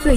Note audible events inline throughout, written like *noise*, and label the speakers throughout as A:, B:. A: 最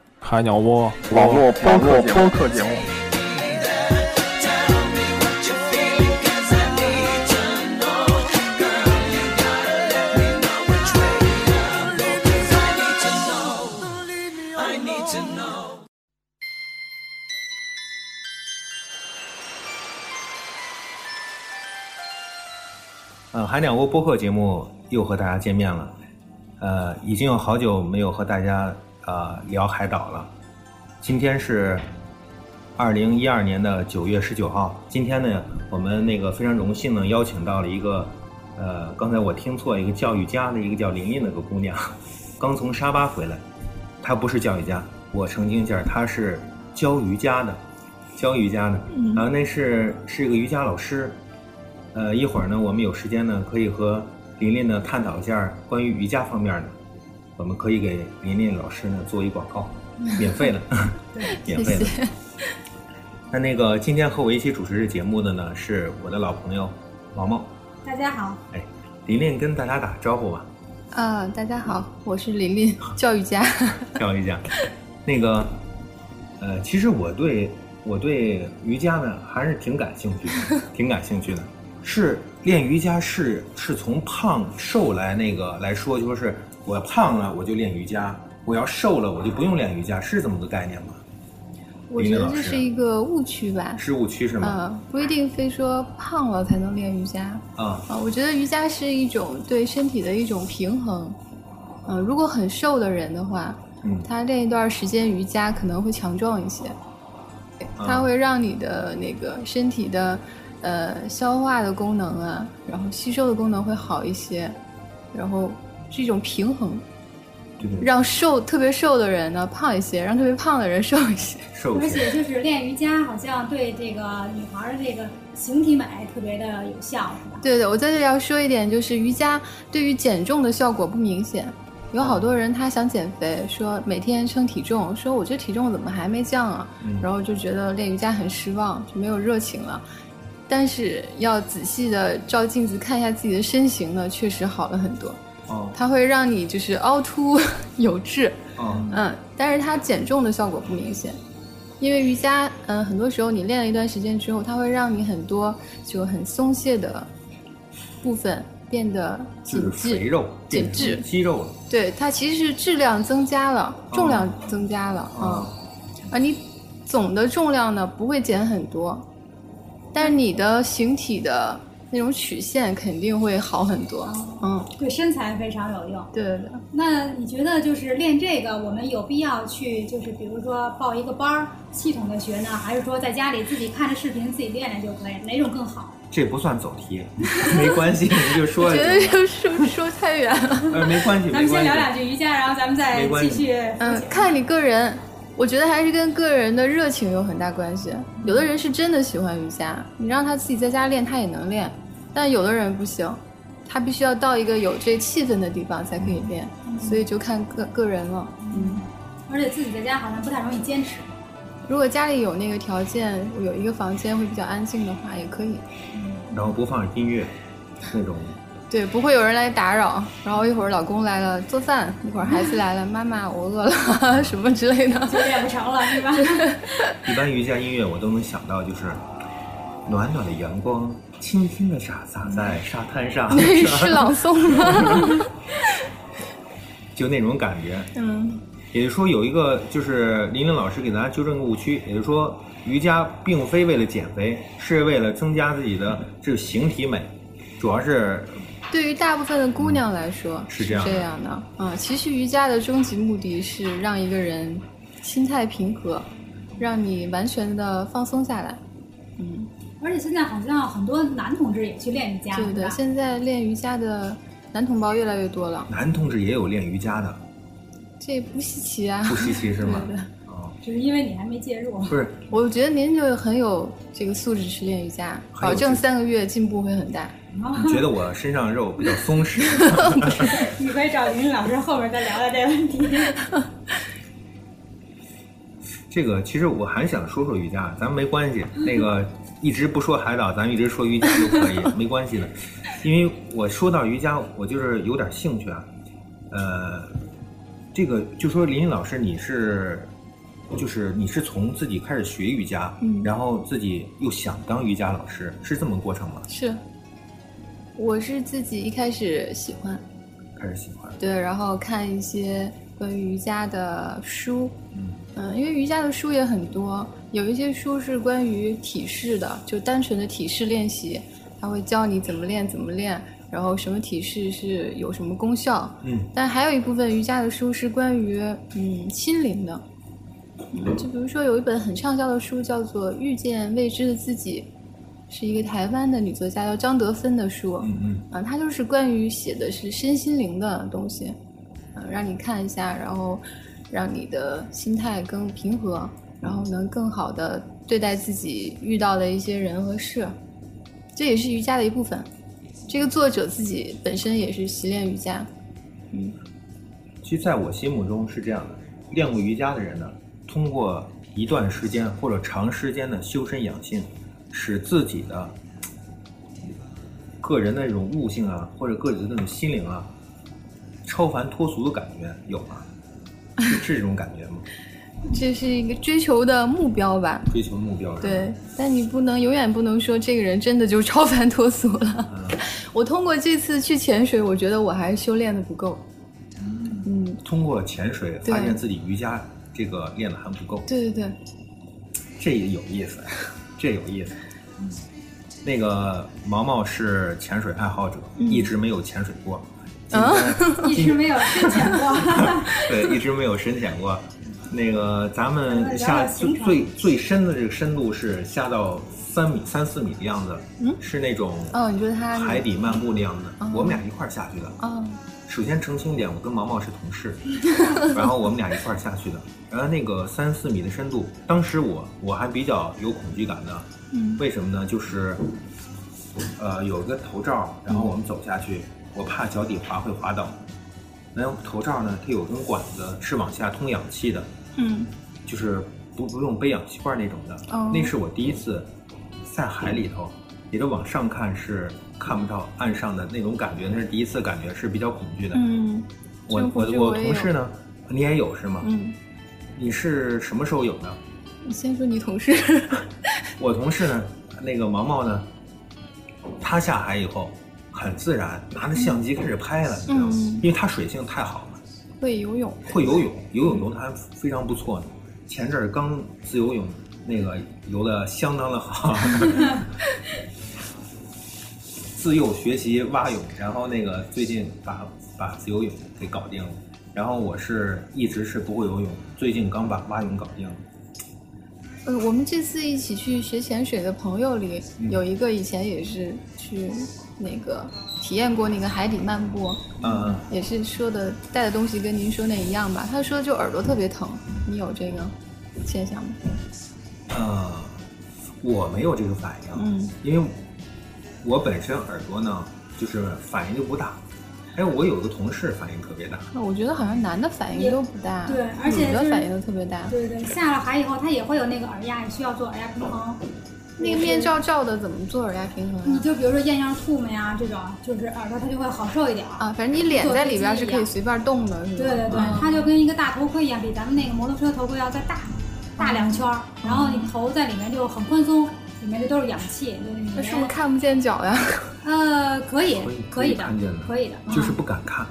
B: 海鸟窝，
C: 网络播客播客节目。
D: 呃，海鸟窝播客节目又和大家见面了。呃，已经有好久没有和大家呃聊海岛了。今天是二零一二年的九月十九号。今天呢，我们那个非常荣幸呢，邀请到了一个呃，刚才我听错，一个教育家的一个叫琳琳的一个姑娘，刚从沙巴回来。她不是教育家，我澄清一下，她是教瑜伽的，教瑜伽的。然后那是是一个瑜伽老师，呃，一会儿呢，我们有时间呢，可以和琳琳呢探讨一下关于瑜伽方面的，我们可以给琳琳老师呢做一广告，
E: 嗯
D: 免费的，
E: *laughs*
D: *laughs* 免费的。 *laughs* 那那个今天和我一起主持这节目的呢，是我的老朋友毛毛。哎
E: 大家好，
D: 琳琳跟大家打招呼吧，
F: 啊，大家好，我是琳琳，教育家。
D: 教一下。那个，呃，其实我对我对瑜伽呢还是挺感兴
E: *laughs*
D: 趣的，挺感兴趣的。是练瑜伽是是从胖瘦来那个来说，就说是我胖了我就练瑜伽，我要瘦了我就不用练瑜伽，是这么个概念吗？
F: 我
D: 琳
F: 觉
D: 琳
F: 得
D: 老
F: 这
D: 师啊
F: 是一个误区吧，
D: 是误区是吗？
F: 呃，不一定非说胖了才能练瑜伽啊、
E: 嗯
D: 啊、
F: 我觉得瑜伽是一种对身体的一种平衡。呃，如果很瘦的人的话，
D: 嗯
F: 他练一段时间瑜伽可能会强壮一些，它
D: 啊
F: 会让你的那个身体的呃消化的功能啊，然后吸收的功能会好一些，然后是一种平衡，
D: 对对，
F: 让瘦特别瘦的人呢胖一些，让特别胖的人瘦一些。 *laughs*
D: 瘦
E: 而
D: 些
E: 且就是练瑜伽，好像对这个女孩儿的这个形体美特别的有效，是吧？
F: 对对，我在这里要说一点，就是瑜伽对于减重的效果不明显。有好多人他想减肥，说每天称体重，说我这体重怎么还没降啊？
D: 嗯
F: 然后就觉得练瑜伽很失望，就没有热情了。但是要仔细的照镜子看一下自己的身形呢，确实好了很多。
D: 哦
F: 它会让你就是凹凸 *laughs* 有致，
D: 哦
F: 嗯，但是它减重的效果不明显，因为瑜伽，嗯，很多时候你练了一段时间之后，它会让你很多就很松懈的部分变得
D: 就是
F: 紧
D: 肥
F: 致，
D: 肉
F: 紧
D: 变成
F: 致
D: 肌肉了
F: 对，它其实是质量增加了，
D: 嗯
F: 重量增加了，
D: 啊
F: 嗯，而你总的重量呢不会减很多，但是你的形体的那种曲线肯定会好很多，嗯，
E: 对身材非常有用。
F: 对对对。
E: 那你觉得就是练这个，我们有必要去就是比如说报一个班儿，系统的学呢，还是说在家里自己看着视频自己练练就可以？哪种更好？
D: 这不算走题， *laughs* 没关系，你就说
F: 觉
D: 就
F: 得
D: 行
F: 这说说太远了。
D: 了，呃，没关系，
E: 咱
D: 没
E: 们先
D: 关
E: 聊两
D: 系，
E: 句瑜伽，然后咱们再
D: 没关
E: 继
D: 系
E: 续。
F: 嗯，看你个人，我觉得还是跟个人的热情有很大关系。有的人是真的喜欢瑜伽，你让他自己在家练，他也能练；但有的人不行，他必须要到一个有这气氛的地方才可以练，所以就看个个人了。
E: 而且自己在家好像不太容易坚持。
F: 如果家里有那个条件，有一个房间会比较安静的话，也可以。
D: 然后播放音乐那种。
F: 对，不会有人来打扰。然后一会儿老公来了做饭，一会儿孩子来了，妈妈我饿了 *laughs* 什么之类
E: *laughs*
F: 的。
E: 就练不成了， *laughs* 是吧？
D: 一般瑜伽音乐我都能想到，就是暖暖的阳光，轻轻的洒洒在沙滩
F: *laughs*
D: 上， *laughs*
F: 那是朗诵吗？ *laughs*
D: 就那种感觉。
F: 嗯，
D: 也就是说，有一个就是林林老师给大家纠正个误区，也就是说，瑜伽并非为了减肥，是为了增加自己的这个形体美，主要是
F: 对于大部分的姑娘来说
D: 是这
F: 这
D: 样的
F: 样的啊、其实瑜伽的终极目的是让一个人心态平和，让你完全的放松下来。嗯，
E: 而且现在好像很多男同志也去练瑜伽，
F: 对
E: 是
F: 的。
E: 吧？
F: 现在练瑜伽的男同胞越来越多了，
D: 男同志也有练瑜伽的，
F: 这也不稀奇啊。
D: 不稀奇是吗？
F: *laughs* 对的
D: 哦，
E: 只是因为你还没介入。
D: 不是
F: 我觉得您就很有这个素质去练瑜伽，
D: 很有
F: 保证
D: 素质
F: 三个月进步会很大。
D: 你觉得我身上肉比较松弛， *laughs*
E: 你可以找云老师后面再聊聊这问题。
D: 这个其实我还想说说瑜伽，咱们没关系。那个一直不说海岛，咱们一直说瑜伽就可以，没关系的。因为我说到瑜伽，我就是有点兴趣啊。呃，这个就说林林老师，你是就是你是从自己开始学瑜伽，
F: 嗯
D: 然后自己又想当瑜伽老师，是这么个过程吗？
F: 是，我是自己一开始喜欢，
D: 开始喜欢，
F: 对，然后看一些关于瑜伽的书，
D: 嗯
F: 嗯，因为瑜伽的书也很多，有一些书是关于体式的，就单纯的体式练习，它会教你怎么练怎么练，然后什么体式是有什么功效。
D: 嗯，
F: 但还有一部分瑜伽的书是关于嗯心灵的，嗯，就比如说有一本很畅销的书叫做《遇见未知的自己》，是一个台湾的女作家叫张德芬的书，
D: 嗯嗯，
F: 啊，它就是关于写的是身心灵的东西，嗯、让你看一下，然后让你的心态更平和，然后能更好的对待自己遇到的一些人和事，这也是瑜伽的一部分。这个作者自己本身也是习练瑜伽，
D: 其实在我心目中是这样的，练过瑜伽的人呢，通过一段时间或者长时间的修身养性，使自己的个人的那种悟性啊，或者个人的那种心灵啊，超凡脱俗的感觉有吗？是是这种感觉吗？
F: 这是一个追求的目标吧？
D: 追求目标是吧？
F: 对，但你不能永远不能说这个人真的就超凡脱俗了。 *laughs* 我通过这次去潜水，我觉得我还修炼的不够。嗯，
D: 通过潜水
F: 对
D: 发现自己瑜伽这个练的还不够，
F: 对对对。
D: 这也有意思，这有意思。那个毛毛是潜水爱好者，一直没有潜水过，今
E: *laughs* *laughs*
D: 天
E: 一直没有深潜过， *laughs*
D: 对，一直没有深潜过。那个咱们
E: 咱
D: 下
E: 们
D: 最
E: 行程
D: 最最深的这个深度是下到三米、三四米的样子，是那种
F: 哦，你说他
D: 海底漫步那样的。
F: 哦
D: 我们俩一块儿下去的。
F: 哦，
D: 首先澄清一点，我跟毛毛是同事， *laughs* 然后我们俩一块儿下去的。然后那个三四米的深度，当时我我还比较有恐惧感的，
F: 嗯
D: 为什么呢？就是，呃，有一个头罩，然后我们走下去，我怕脚底滑会滑倒。然后头罩呢，它有根管子是往下通氧气的，
F: 嗯，
D: 就是不不用背氧气罐那种的。
F: 哦
D: 那是我第一次在海里头，也就往上看是看不到岸上的那种感觉，那是第一次感觉是比较恐惧的。
F: 嗯，
D: 我
F: 这个
D: 我
F: 恐惧
D: 我
F: 我也
D: 同事呢，你也有是吗？
F: 嗯，
D: 你是什么时候有的？
F: 你先说你同事，
D: 我同事呢，那个毛毛呢，他下海以后很自然，拿着相机开始拍了，你知道吗？
F: 嗯
D: 因为他水性太好了，
F: 会游泳，
D: 会游泳，游泳游的还非常不错呢。前阵儿刚自由泳，那个游的相当的好， *laughs* 自幼学习蛙泳，然后那个最近把把自由泳给搞定了。然后我是一直是不会游泳，最近刚把蛙泳搞定了。
F: 呃，我们这次一起去学潜水的朋友里，
D: 嗯
F: 有一个以前也是去那个体验过那个海底漫步，
D: 嗯嗯，
F: 也是说的带的东西跟您说那一样吧。他说就耳朵特别疼，你有这个现象吗？
D: 呃，我没有这个反应，
F: 嗯
D: 因为我本身耳朵呢就是反应就不大。哎，我有一个同事反应特别大，
F: 那啊我觉得好像男的反应都不大，
E: 对而且
F: 女的
E: 就是
F: 反应都特别大。
E: 对对，下了海以后，他也会有那个耳压，你需要做耳压平衡。
F: 那个面罩罩的怎么做耳压平衡
E: 你
F: 啊？
E: 就比如说验样吐沫呀啊这种，就是耳朵它就会好受一点儿。
F: 啊，反正你脸在里边是可以随便动的，是吧？
E: 对对对，它就跟一个大头盔一样，比咱们那个摩托车头盔要再大大两圈儿，然后你头在里面就很宽松，里面这都是氧气，啊就是你
F: 那
E: 连
F: 是不是看不见脚呀？ *laughs*
E: 呃可以
D: 可以
E: 可以的
D: 看见的
E: 可以的，嗯
D: 就是不敢看，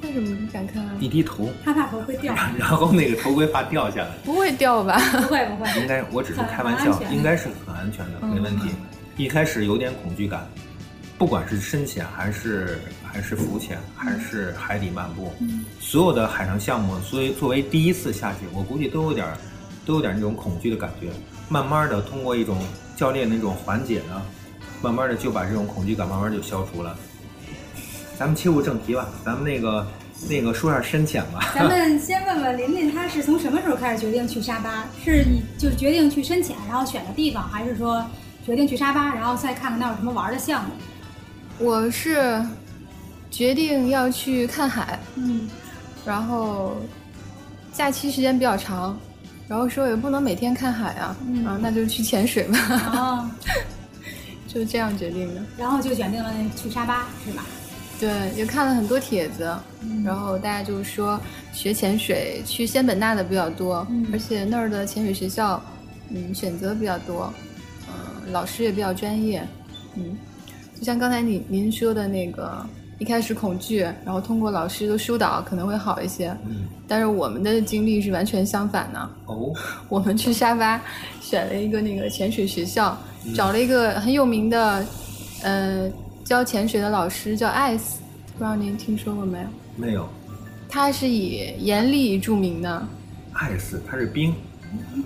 F: 为什么不敢看啊？
D: 一低头，
E: 他怕头盔掉，
D: *laughs* 然后那个头盔怕掉下来。
F: 不会掉吧？ *laughs*
E: 不会不会。
D: 应该，我只是开玩
E: 很
D: 笑
E: 安，全
D: 应该是很安全的，
F: 嗯
D: 没问题。一开始有点恐惧感，不管是深潜还是还是浮潜，
E: 嗯
D: 还是海底漫步，所有的海上项目，所以作为第一次下去，我估计都有点儿都有点儿那种恐惧的感觉。慢慢的，通过一种教练的那种缓解呢，慢慢的就把这种恐惧感慢慢就消除了。咱们切入正题吧，咱们那个那个说下深浅
E: *laughs*
D: 吧。
E: 咱们先问问琳琳，她是从什么时候开始决定去沙巴？是你就是决定去深潜，然后选的地方，还是说决定去沙巴，然后再看看那儿有什么玩儿的项目？
F: 我是决定要去看海，
E: 嗯，
F: 然后假期时间比较长，然后说也不能每天看海啊，
E: 嗯
F: 啊，那就去潜水吧， *laughs*
E: 然后
F: 就这样决定的。
E: 啊然后就选定了去沙巴，是吧？
F: 对，也看了很多帖子，然后大家就说学潜水去仙本那的比较多，
E: 嗯
F: 而且那儿的潜水学校，嗯，选择比较多，嗯、老师也比较专业，嗯，就像刚才您您说的那个，一开始恐惧，然后通过老师的疏导可能会好一些，
D: 嗯，
F: 但是我们的经历是完全相反的，
D: 哦，
F: 我们去沙巴选了一个那个潜水学校，找了一个很有名的，呃，教潜水的老师叫 Ice，不知道您听说过没有？
D: 没有，
F: 他是以严厉著名的，
D: 爱死它是冰，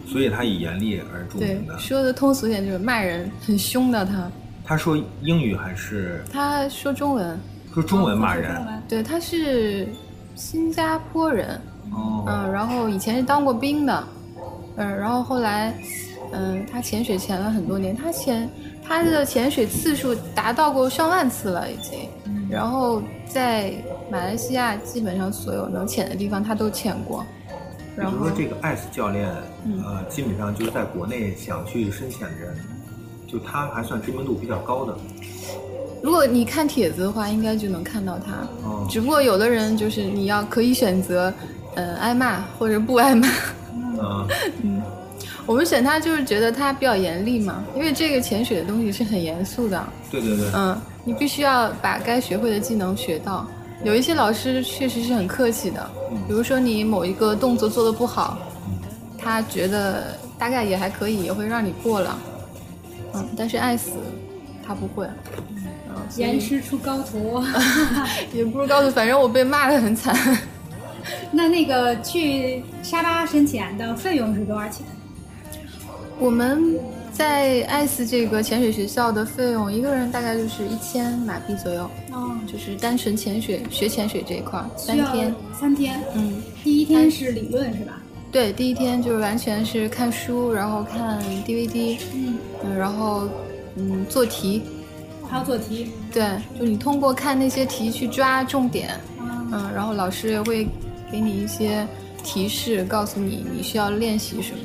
D: 所以它以严厉而著
F: 对
D: 名，的。
F: 说的通俗一点就是骂人，很凶的他。
D: 他说英语还是
F: 他说中文，
D: 说中文骂
E: *laughs* 中
D: 人？
E: 文
F: 对，他是新加坡人，嗯、
D: 哦，
F: 然后以前是当过兵的，嗯、然后后来，嗯、他潜水潜了很多年，他潜他的潜水次数达到过上万次了已经，
D: 嗯
F: 然后在马来西亚基本上所有能潜的地方他都潜过，
D: 比
F: 然
D: 如
F: 后
D: 说这个艾斯教练，
F: 嗯
D: 呃，基本上就是在国内想去深潜的人，就他还算知名度比较高的。
F: 如果你看帖子的话，应该就能看到他，
D: 哦，
F: 只不过有的人就是你要可以选择，嗯、挨骂或者不挨骂。 *laughs*
D: 嗯，
F: 我们选他就是觉得他比较严厉嘛，因为这个潜水的东西是很严肃的，
D: 对对对，
F: 嗯，你必须要把该学会的技能学到。有一些老师确实是很客气的，比如说你某一个动作做的不好，他觉得大概也还可以，也会让你过了。嗯，但是爱死他不会，嗯，所以
E: 严师出高徒。
F: 也不是告诉，反正我被骂得很惨。 *laughs*
E: 那那个去沙巴深潜的费用是多少钱？
F: 我们在爱死这个潜水学校的费用，一个人大概就是一千马币左右，
E: 哦，
F: 就是单纯潜水学潜水这一块儿三
E: 需要
F: 天，
E: 三天，
F: 嗯。
E: 第一天是理论是吧？
F: 对，第一天就是完全是看书，然后看 DVD，
E: 嗯，
F: 嗯，然后嗯做题，
E: 还要做题。
F: 对，就是你通过看那些题去抓重点，
E: 嗯
F: 嗯，然后老师也会给你一些提示，告诉你你需要练习什么。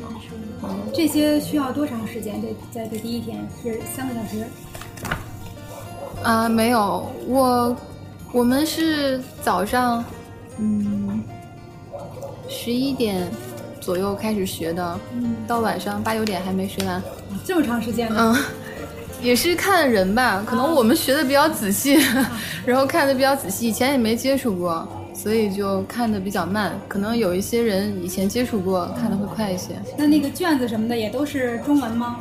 E: 这些需要多长时间？这在这第一天是三个小时。
F: 啊，没有，我我们是早上，嗯，十一点左右开始学的，
E: 嗯，
F: 到晚上八九点还没学完。
E: 这么长时间呢？
F: 嗯，也是看人吧，可
E: 嗯
F: 能我们学的比较仔细， *laughs* 然后看的比较仔细，以前也没接触过，所以就看的比较慢。可能有一些人以前接触过，看的会快一些。
E: 那那个卷子什么的也都是中文吗？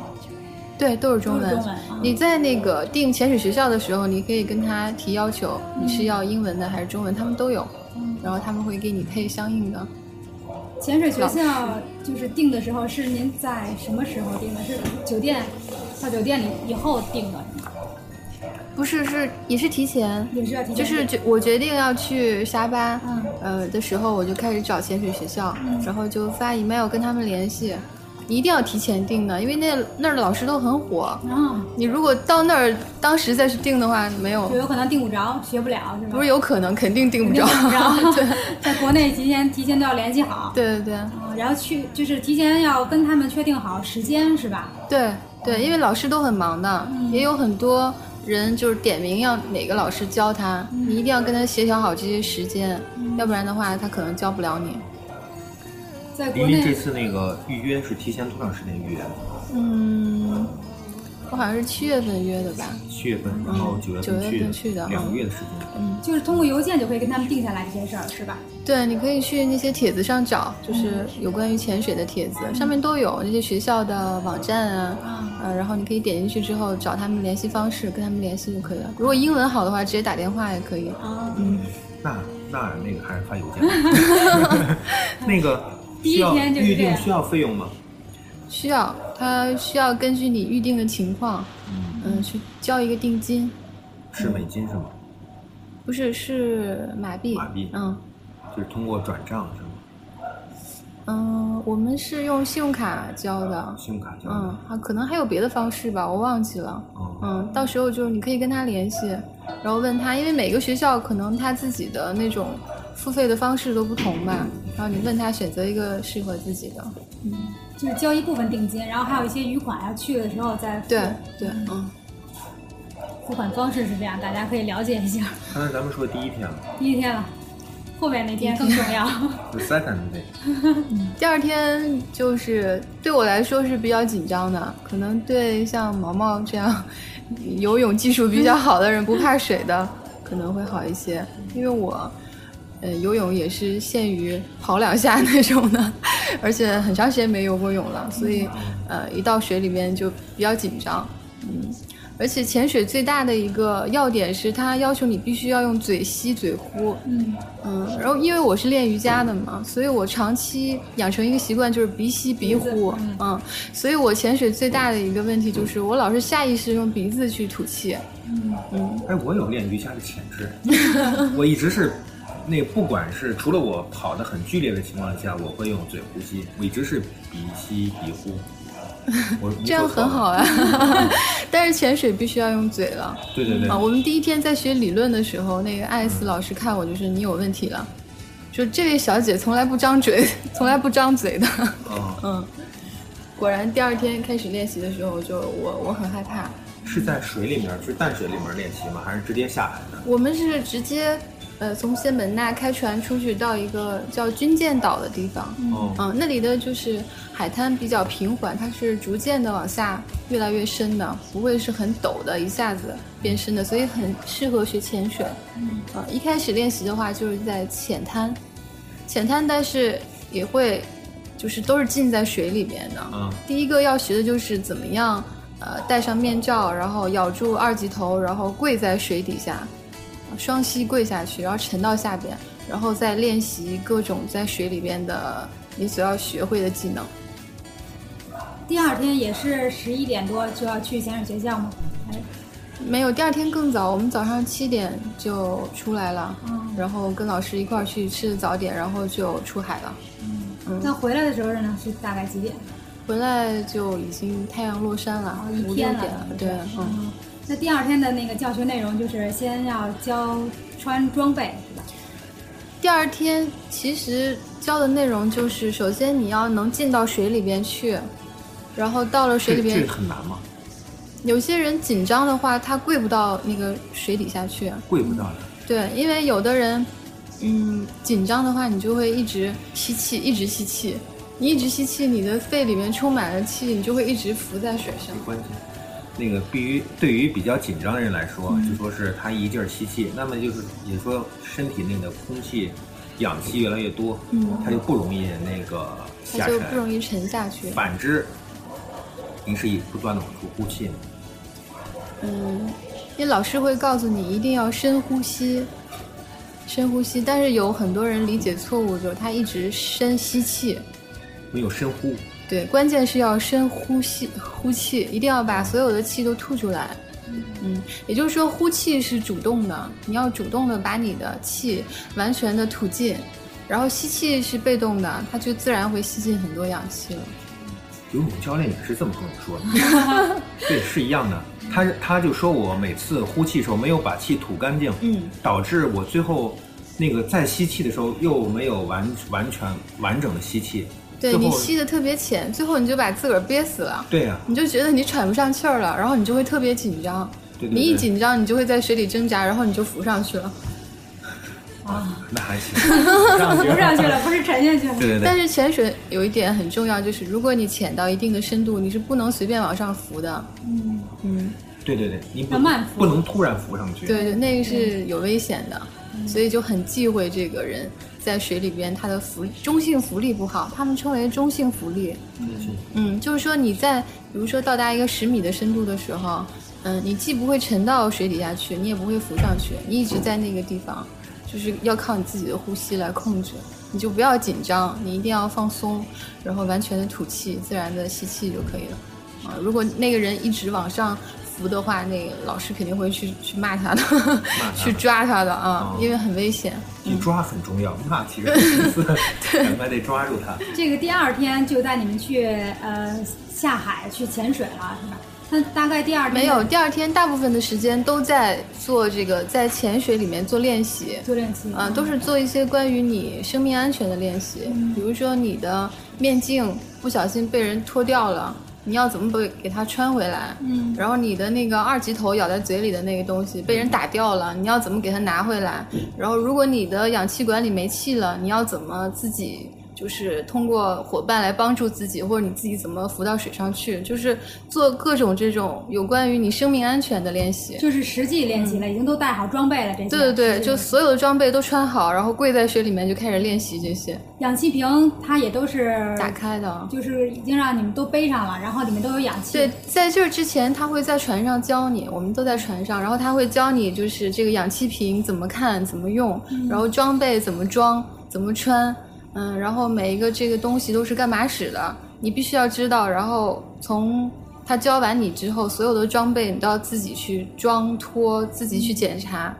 F: 对，都是中文。
E: 都是中文啊
F: 你在那个定潜水学校的时候，你可以跟他提要求，你
E: 嗯
F: 是要英文的还是中文，他们都有，然后他们会给你配相应的。
E: 潜水学校就是定的时候是您在什么时候定的？是酒店到酒店里以后定的，
F: 不是，是也是提前，
E: 也是要提前
F: 就是决我决定要去沙巴，
E: 嗯
F: 呃的时候，我就开始找潜水学校，然后就发 email 跟他们联系。你一定要提前定的，因为那那儿的老师都很火。
E: 啊，
F: 你如果到那儿当时再去定的话，没有
E: 就，有可能定不着，学不了是吧？
F: 不是有可能，肯定定不着
E: 定不。 *laughs* 着
F: 对，
E: 在国内提前提前都要联系好。
F: *laughs* 对对对
E: 啊，然后去就是提前要跟他们确定好时间是吧？
F: 对对，因为老师都很忙的，
E: 嗯
F: 也有很多人就是点名要哪个老师教他，
E: 嗯
F: 你一定要跟他协调好这些时间，要不然的话他可能教不了你。
E: 在国
D: 林林这
E: 内
D: 次那个预约是提前多长时间预约？
F: 嗯，我好像是七月份约的吧。
D: 七月份，然后九月
F: 嗯九月份
D: 份
F: 去的嗯
D: 两个月的时间。
E: 就是通过邮件就可以跟他们定下来这些事儿是吧？
F: 对，你可以去那些帖子上找，
D: 嗯
F: 就是有关于潜水的帖子，上面都有那些学校的网站啊，呃，然后你可以点进去之后找他们联系方式，跟他们联系就可以了。如果英文好的话，直接打电话也可以。
E: 啊，
D: 那那那个还是发
F: *laughs*
D: 邮件。 *laughs* 那个
E: 第一
D: 需要
E: 天就是
D: 预
E: 这样
D: 定需要费用吗？
F: 需要，他需要根据你预定的情况，嗯，去交一个定金，
D: 是美金是吗？
F: 不是是马币，
D: 马币
F: 嗯，
D: 就是通过转账是吗？
F: 嗯，我们是用信用卡交的，
D: 信用卡交
F: 嗯
D: 易。，
F: 啊，可能还有别的方式吧，我忘记了。
D: 哦
F: 嗯，到时候就是你可以跟他联系，然后问他，因为每个学校可能他自己的那种付费的方式都不同吧，然后你问他选择一个适合自己的。
E: 就是交一部分定金，然后还有一些余款要去的时候再付
F: 对对，嗯，
E: 付款方式是这样，大家可以了解 *laughs* 一下。
D: 刚才咱们说第一天了，
E: 第一天了，后面那天更重要。
D: 就 second day，
F: 第二天就是对我来说是比较紧张的，可能对像毛毛这样游泳技术比较好的人，不怕水的，可能会好一些。因为我，呃，游泳也是限于跑两下那种的， *laughs* 而且很长时间没游过泳了，所以呃，一到水里面就比较紧张。嗯，而且潜水最大的一个要点是，它要求你必须要用嘴吸嘴呼。
E: 嗯，
F: 嗯，然后因为我是练瑜伽的嘛，所以我长期养成一个习惯就是鼻吸鼻呼，嗯所以我潜水最大的一个问题就是我老是下意识用鼻子去吐气，
D: 哎，我有练瑜伽的潜质， *laughs* 我一直是那不管是除了我跑得很剧烈的情况下，我会用嘴呼吸，我一直是鼻吸鼻呼。
F: *laughs*
D: 我没
F: 这样
D: 说错
F: 很
D: 吧
F: 好啊，但是潜水必须要用嘴了。
D: 对对对
F: 啊，，我们第一天在学理论的时候，那个艾斯老师看我就是你有问题了，就这位小姐从来不张嘴， *laughs* 从来不张嘴的。
D: 嗯，
F: 嗯，果然第二天开始练习的时候就我我很害怕，
D: 是在水里面，是淡水里面练习吗？还是直接下海的？
F: 我们是直接呃从仙本那开船出去到一个叫军舰岛的地方，
D: 哦，
F: 嗯，那里的就是海滩比较平缓，它是逐渐的往下越来越深的，不会是很陡的，一下子变深的，所以很适合学潜水。嗯，啊，一开始练习的话就是在浅滩，浅滩但是也会就是都是浸在水里面的。
D: 嗯
F: 第一个要学的就是怎么样，呃，戴上面罩，然后咬住二级头，然后跪在水底下，双膝跪下去，然后沉到下边，然后再练习各种在水里边的你所要学会的技能。
E: *laughs* 第二天也是十一点多就要去潜水学校吗？哎，
F: 没有，第二天更早，我们早上七点就出来了，
E: 嗯
F: 然后跟老师一块儿去吃早点，然后就出海了。
E: 那回来的时候呢是大概几点？
F: 回来就已经太阳落山了
E: 哦，，一
F: 五六
E: 天
F: 点
E: 了
F: 了，对，嗯。
E: 嗯。那第二天的那个教学内容就是先要教穿装备，是吧？
F: 第二天其实教的内容就是，首先你要能进到水里边去，然后到了水
D: 这
F: 里
D: 这
F: 边
D: 个，很难吗？
F: 有些人紧张的话，他跪不到那个水底下去。
D: 跪不到的。
F: 对，因为有的人，嗯，紧张的话，你就会一直吸气，一直吸气，你一直吸气，你的肺里面充满了气，你就会一直浮在水上
D: 没。关系。那个对于对于比较紧张的人来说，
F: 嗯
D: 就说是他一劲儿吸气，那么就是也说身体内的空气、氧气越来越多，他就不容易那个
F: 嗯他
D: 下
F: 就不容
D: 沉。
F: 易沉下去。
D: 反之，您是以不断的往出呼气嘛，
F: 嗯，因为老师会告诉你一定要深呼吸，深呼吸。但是有很多人理解错误，就是他一直深吸气。
D: 没有深呼，
F: 对，关键是要深呼吸，呼气，一定要把所有的气都吐出来。嗯，也就是说，呼气是主动的，你要主动的把你的气完全的吐尽，然后吸气是被动的，它就自然会吸进很多氧气了。
D: 游泳教练也是这么跟我说的，
F: *laughs*
D: 对，是一样的。他他就说我每次呼气的时候没有把气吐干净，
F: 嗯，
D: 导致我最后那个再吸气的时候又没有完完全完整的吸气，
F: 对
D: 最
F: 你
D: 后
F: 吸的特别浅，最后你就把自个儿憋死了。
D: 对啊呀、
F: 你就觉得你喘不上气儿了，然后你就会特别紧张。
D: 对对对
F: 你一紧张，你就会在水里挣扎，然后你就浮上去了。哦
D: 啊那还
F: *laughs*
D: 行，
E: 浮上去了，不是沉下去了。
D: 对对
F: 但
D: 对，
F: 是潜水有一点很重要，就是如果你潜到一定的深度，你是不能随便往上浮的。
E: 嗯，
F: 嗯，
D: 对对对，你不
E: 要慢浮
D: 不能突然浮上去，
F: 对对，那个是有危险的，所以就很忌讳这个人在水里边他的浮中性浮力不好，他们称为中性浮力。嗯，就是说你在比如说到达一个十米的深度的时候，嗯，你既不会沉到水底下去，你也不会浮上去，你一直在那个地方，就是要靠你自己的呼吸来控制。你就不要紧张，你一定要放松，然后完全的吐气，自然的吸气就可以了。啊，如果那个人一直往上浮的话，那个老师肯定会去去骂他的， *laughs*
D: 骂他
F: 去抓他的啊，
D: 哦
F: 因为很危险。
D: 你抓很重要，骂其实很其次，咱们还得抓住它。
F: 嗯
E: 这个第二天就带你们去呃下海去潜水了，是吧？那大概第二天
F: 没有，第二天大部分的时间都在做这个，在潜水里面做练习，
E: 就练习
F: 啊，都是做一些关于你生命安全的练习，比如说你的面镜不小心被人脱掉了，你要怎么给给它穿回来？
E: 嗯
F: 然后你的那个二级头咬在嘴里的那个东西被人打掉了，你要怎么给它拿回来？然后如果你的氧气管里没气了，你要怎么自己就是通过伙伴来帮助自己，或者你自己怎么浮到水上去？就是做各种这种有关于你生命安全的练习。
E: 就是实际练习了，已经都带好装备了，这些
F: 对对对，
E: 是
F: 就所有的装备都穿好，然后跪在水里面就开始练习这些，
E: 氧气瓶它也都是
F: 打，开的。
E: 嗯就是已经让你们都背上了，然后里面都有氧气，
F: 对，在这之前他会在船上教你，我们都在船上，然后他会教你就是这个氧气瓶怎么看、怎么用，
E: 嗯
F: 然后装备怎么装、怎么穿，嗯，然后每一个这个东西都是干嘛使的，你必须要知道。然后从他教完你之后，所有的装备你都要自己去装脱，自己
E: 嗯
F: 去检查，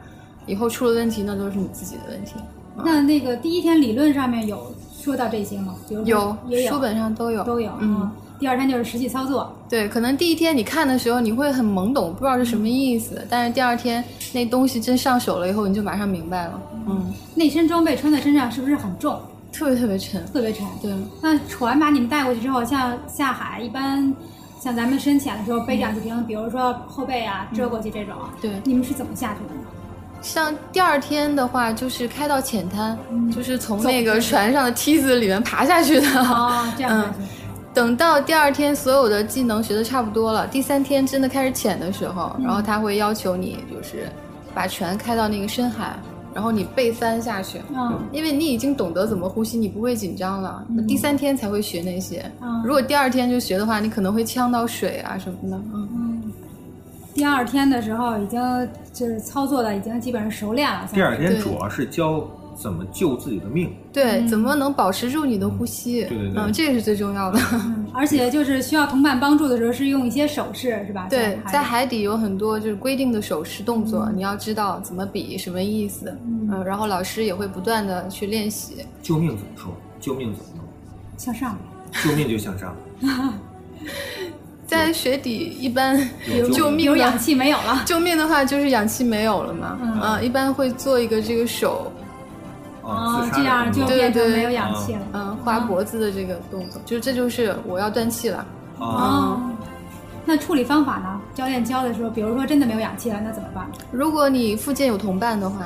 F: 以后出了问题那都是你自己的问题。
E: 嗯那那个第一天理论上面有说到这些吗？比如
F: 有
E: 说也有
F: 书本上都有，
E: 都有，啊
F: 嗯。
E: 第二天就是实际操作，
F: 对，可能第一天你看的时候你会很懵懂，不知道是什么意思，但是第二天那东西真上手了以后，你就马上明白了。嗯，
E: 那身装备穿在身上是不是很重，
F: 特别特别沉。
E: 特别沉？
F: 对，
E: 那船把你们带过去之后，像下海一般，像咱们深潜的时候背着氧气瓶，比如说后背啊遮过去这种，
F: 嗯对
E: 你们是怎么下去的呢？
F: 像第二天的话，就是开到浅滩，就是从那个船上的梯子里面爬下去的。
E: 哦，这样
F: 嗯
E: 下去，
F: 等到第二天所有的技能学的差不多了，第三天真的开始潜的时候，然后他会要求你就是把船开到那个深海，然后你背翻下去。
E: 嗯
F: 因为你已经懂得怎么呼吸，你不会紧张了。那第三天才会学那些。
E: 嗯
F: 如果第二天就学的话，你可能会呛到水啊什么的。嗯，
E: 嗯。第二天的时候，已经就是操作的已经基本上熟练了。算是
D: 第二天
F: 对
D: 主要是教怎么救自己的命，
F: 对，怎么能保持住你的呼吸？
D: 对对对
F: 嗯，这个是最重要的。
E: 嗯，而且就是需要同伴帮助的时候，是用一些手势，是吧？
F: 对，
E: 像
F: 在海底有很多就是规定的手势动作，你要知道怎么比，什么意思。嗯然后老师也会不断的去练习。
D: 救命怎么说？救命怎么弄？
E: 向上。
D: 救命就向上，
F: 在水底一般
D: 有
F: *laughs* 救
E: 比
F: 命
E: 如
F: 的
E: 氧气没有了，
F: 救命的话就是氧气没有了嘛。
E: 嗯
F: 一般会做一个这个手
D: 啊，
E: 啊这
D: 自，杀的
E: 样
D: 动
E: 就
D: 作
E: 变成
F: 对对
E: 没有氧气了。
F: 嗯，花脖子的这个动作，就这就是我要断气了。
D: 啊，
F: 嗯
E: 哦，那处理方法呢？教练教的时候，比如说真的没有氧气了，那怎么办？
F: 如果你附近有同伴的话，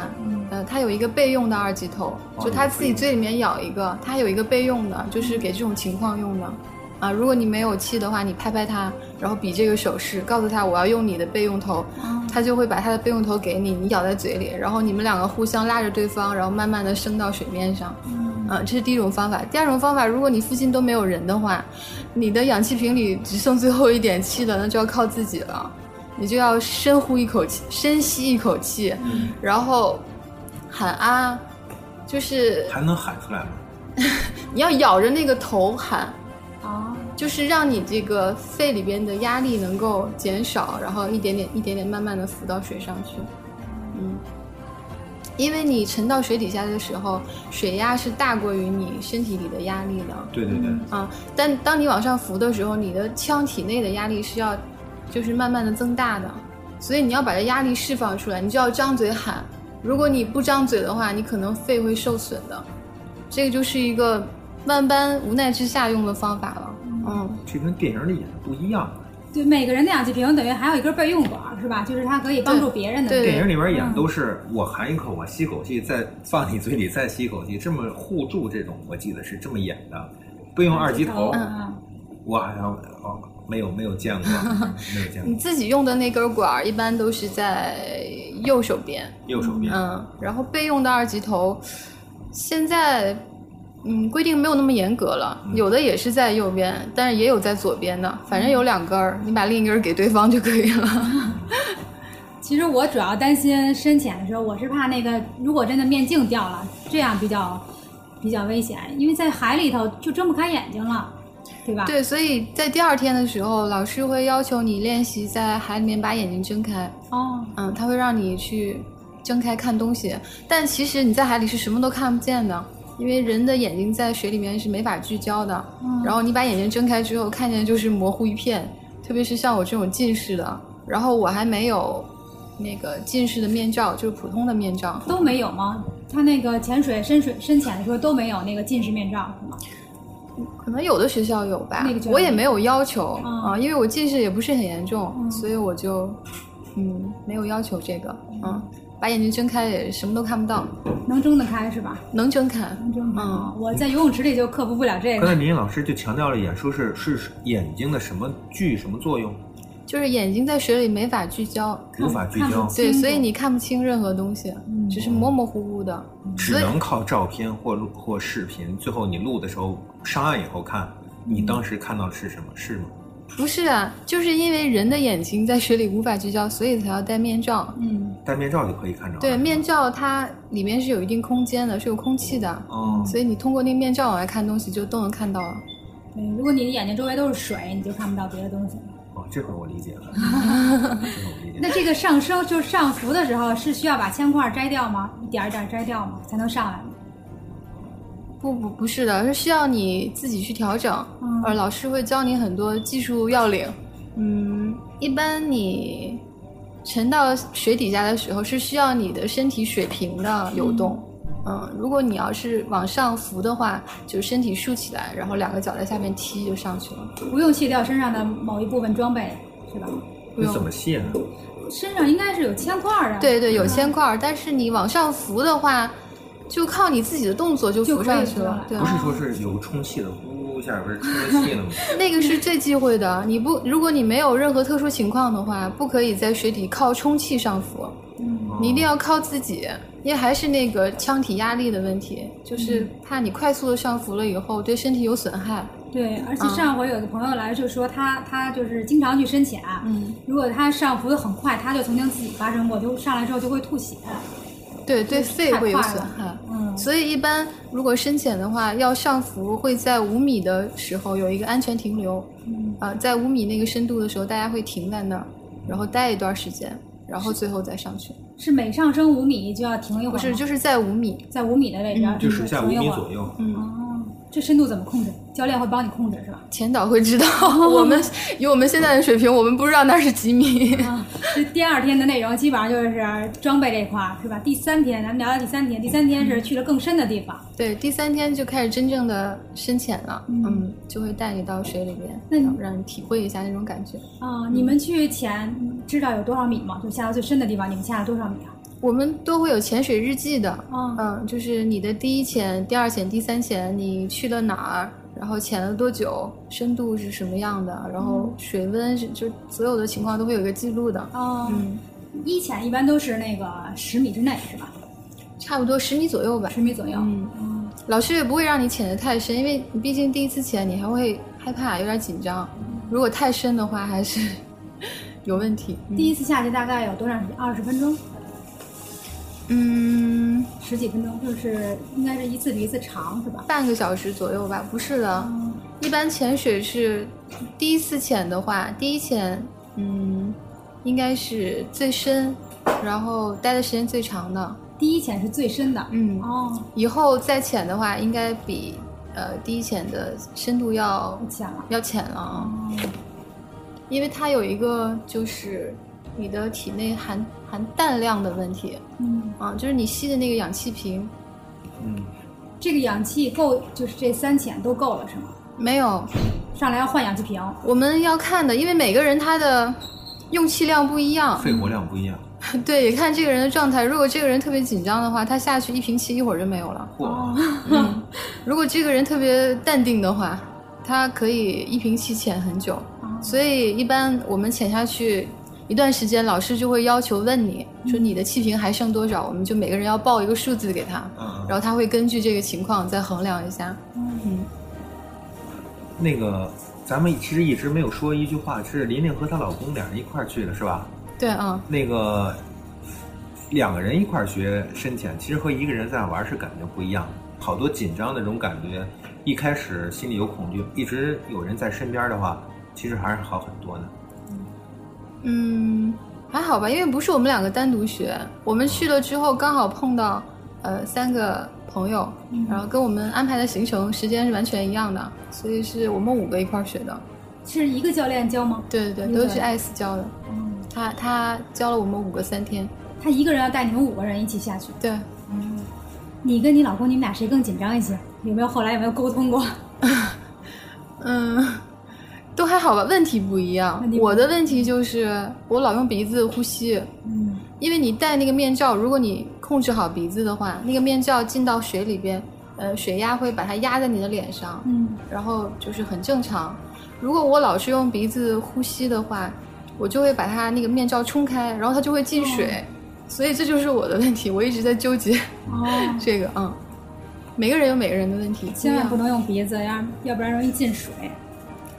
F: 呃，他有一个备用的二级头，就他自己嘴里面咬一个，他有一个备用的，就是给这种情况用的。啊，如果你没有气的话，你拍拍他，然后比这个手势，告诉他我要用你的备用头，他就会把他的备用头给你，你咬在嘴里，然后你们两个互相拉着对方，然后慢慢的升到水面上。嗯，这是第一种方法。第二种方法，如果你附近都没有人的话，你的氧气瓶里只剩最后一点气了，那就要靠自己了。你就要深呼一口气，深吸一口气，然后喊啊，就是
D: 还能喊出来吗？
F: 你要咬着那个头喊，
E: 哦，
F: 就是让你这个肺里边的压力能够减少，然后一点点、一点点慢慢的浮到水上去。嗯，因为你沉到水底下的时候，水压是大过于你身体里的压力的。
D: 对对对，
E: 嗯
F: 啊，但当你往上浮的时候，你的腔体内的压力是要，就是慢慢的增大的，所以你要把这压力释放出来，你就要张嘴喊。如果你不张嘴的话，你可能肺会受损的，这个就是一个万般无奈之下用的方法了。嗯，
D: 这跟电影里演的不一样。啊
E: 对，每个人的氧气瓶等于还有一根备用管，是吧？就是它可以帮助别人的。
F: 对
D: 电影里边演
E: 嗯
D: 的都是我含一口，我吸口气，再放你嘴里，再吸口气，这么互助这种，我记得是这么演的。不用二级头，
E: 嗯
D: 我好像哦没有没有见
E: *laughs*
D: 过，没有见
F: 你
E: 嗯
D: 过。
F: 自己用的那根管儿一般都是在右手边，
D: 右手边，
F: 嗯，然后备用的二级头，现在嗯规定没有那么严格了，有的也是在右边，但是也有在左边的，反正有两根儿，你把另一根儿给对方就可以了。
E: 嗯。其实我主要担心深潜的时候，我是怕那个如果真的面镜掉了，这样比较比较危险，因为在海里头就睁不开眼睛了，对吧？。
F: 对，所以在第二天的时候，老师会要求你练习在海里面把眼睛睁开，
E: 哦，
F: 嗯，他会让你去睁开看东西，但其实你在海里是什么都看不见的，因为人的眼睛在水里面是没法聚焦的。
E: 嗯
F: 然后你把眼睛睁开之后，看见就是模糊一片，特别是像我这种近视的，然后我还没有那个近视的面罩，就是普通的面罩。
E: 都没有吗？他那个潜水、深水、深潜的时候都没有那个近视面罩是吗？
F: 可能有的学校有吧，
E: 那个叫
F: 我也没有要求、
E: 嗯
F: 啊，因为我近视也不是很严重，
E: 嗯
F: 所以我就嗯没有要求这个，嗯，把眼睛睁开也什么都看不到，
E: 能睁得开是吧？
F: 能睁开，
E: 能睁开。
F: 嗯
E: 我在游泳池里就克服不了这
D: 刚才
E: 个。
D: 林老师就强调了眼术是是眼睛的什么具什么作用，
F: 就是眼睛在水里没法聚焦，
D: 无法聚
E: 看不 *laughs*
D: 焦，
E: 清
F: 对，
E: 楚
F: 所以你看不清任何东西，
E: 嗯
F: 只是模模糊糊的。
D: 只能靠照片或录或视频。最后你录的时候上岸以后看，你当时看到的是什么？是吗？
F: 不是啊，就是因为人的眼睛在水里无法聚焦，所以才要戴面罩。
E: 嗯，
D: 戴面罩就可以看着。
F: 对，面罩它里面是有一定空间的，是有空气的，
D: 哦，
F: 所以你通过那个面罩往外看东西就都能看到了。
E: 对，如果你的眼睛周围都是水，你就看不到别的东西了。
D: 哦，这会儿我理解
F: *laughs*
D: 了，这会儿我理解
E: 那
D: 了。
E: 这个上升就是上浮的时候，是需要把铅块摘掉吗？一点儿一点儿摘掉吗？才能上来吗？
F: 不不不是的，是需要你自己去调整，
E: 嗯
F: 而老师会教你很多技术要领。嗯，一般你沉到水底下的时候是需要你的身体水平的游动。嗯，如果你要是往上浮的话，就身体竖起来，然后两个脚在下面踢就上去了。
E: 不用卸掉身上的某一部分装备是吧？
F: 不
D: 那
F: 用
D: 怎么卸呢？
F: 嗯
E: 身上应该是有铅块儿啊。
F: 对对，有铅块儿，但是你往上浮的话，就靠你自己的动作就
E: 就
F: 浮
E: 可以
F: 上去
E: 浮上
F: 了
E: 来。
F: 对，啊
D: 不是说是有充气的，呼一下不是充了气了吗？
F: 那个是最忌讳的。你不，如果你没有任何特殊情况的话，不可以在水底靠充气上浮，
E: 嗯，
F: 你一定要靠自己。因为还是那个腔体压力的问题，
E: 嗯
F: 就是怕你快速的上浮了以后对身体有损害。
E: 对，而且
F: 嗯
E: 上回有个朋友来就说他他就是经常去深潜，啊
F: 嗯，
E: 如果他上浮的很快，他就曾经自己发生过，就上来之后就会吐血。
F: 对对，肺会有
E: 太快
F: 损
E: 了
F: 害。
E: 嗯，
F: 所以一般如果深潜的话，要上浮会在五米的时候有一个安全停留，
E: 嗯
F: 啊、在五米那个深度的时候，大家会停在那儿，然后待一段时间，然后最后再上去。
E: 是每上升五米就要停一会儿吗，
F: 不是，就是在五米，
E: 在五米的位置
F: 嗯
D: 哦就水下五
E: 停一
D: 米
E: 会儿
D: 左。右。
F: 嗯。
E: 哦，这深度怎么控制？教练会帮你控制是吧？
F: 前导会知道，我们以我们现在的水平，我们不知道那是几米。
E: 啊，这第二天的内容基本上就是装备这块儿是吧？第三天咱们聊聊第三天，第三天是去了更深的地方。
F: *laughs* 对，第三天就开始真正的深潜了，
E: 嗯
F: 嗯，就会带你到水里面，
E: 那你
F: 然后让你体会一下那种感觉。
E: 啊，你们去潜知道有多少米吗？就下到最深的地方，你们下了多少米啊？
F: 我们都会有潜水日记的，
E: 哦
F: 嗯，就是你的第一潜、第二潜、第三潜，你去了哪儿，然后潜了多久，深度是什么样的，然后水温是，就所有的情况都会有一个记录的，
E: 哦，
F: 嗯，
E: 一潜一般都是那个十米之内是吧？
F: 差不多十米左右吧，
E: 十米左右。
F: 嗯。
E: 嗯
F: 老师也不会让你潜得太深，因为你毕竟第一次潜，你还会害怕，有点紧张。如果太深的话，还是 *laughs* 有问题。
E: 第一次下去大概有多长时间？二十分钟，
F: 嗯，
E: 十几分钟，就是应该是一次比一次长，是吧？
F: 半个小时左右吧，不是的。
E: 嗯
F: 一般潜水是第一次潜的话，第一潜，嗯，应该是最深，然后待的时间最长的。
E: 第一潜是最深的。
F: 嗯，
E: 哦，
F: 以后再潜的话，应该比呃第一潜的深度要
E: 我潜了。
F: 要浅了啊。
E: 哦，
F: 因为它有一个就是你的体内含含氮量的问题
E: 嗯，
F: 啊，就是你吸的那个氧气瓶
D: 嗯，
E: 这个氧气够，就是这三潜都够了是吗？
F: 没有。
E: 上来要换氧气瓶。
F: 我们要看的，因为每个人他的用气量不一样，
D: 肺活量不一样。
F: 对，也看这个人的状态。如果这个人特别紧张的话，他下去一瓶气一会儿就没有了；
D: 嚯，
F: 如果这个人特别淡定的话，他可以一瓶气潜很久。
E: 哦
F: 所以一般我们潜下去一段时间，老师就会要求问你说你的气瓶还剩多少，我们就每个人要报一个数字给他。
D: 嗯
F: 然
D: 嗯。
F: 后他会根据这个情况再衡量一下。
D: 那个，咱们其实一直没有说一句话，是琳琳和她老公俩人一块儿去的，是吧？
F: 对啊，
D: 那个两个人一块儿学深潜，其实和一个人在玩儿是感觉不一样的，好多紧张的那种感觉，一开始心里有恐惧，一直有人在身边的话，其实还是好很多的。
F: 嗯，还好吧，因为不是我们两个单独学，我们去了之后刚好碰到呃三个朋友，然后跟我们安排的行程时间是完全一样的，所以是我们五个一块儿学的。
E: 是一个教练教吗？
F: 对对对，
E: 明
F: 都
E: 白
F: 是去艾斯教的，他他教了我们五个三天。
E: 他一个人要带你们五个人一起下去，
F: 对， *laughs*
E: 你跟你老公，你们俩谁更紧张一些？有没有后来有没有沟通过？
F: 嗯，都还好吧，问题不一样
E: 问题。不
F: 我的问题就是我老用鼻子呼吸，
E: 嗯，
F: 因为你戴那个面罩，如果你控制好鼻子的话，那个面罩进到水里边，呃，水压会把它压在你的脸上，
E: 嗯，
F: 然后就是很正常。如果我老是用鼻子呼吸的话，我就会把它那个面罩冲开，然后它就会进水，所以这就是我的问题，我一直在纠结
E: 哦，
F: 这个，嗯。每个人有每个人的问题，
E: 千万不
F: 一样
E: 能用鼻子，要要不然容易进水。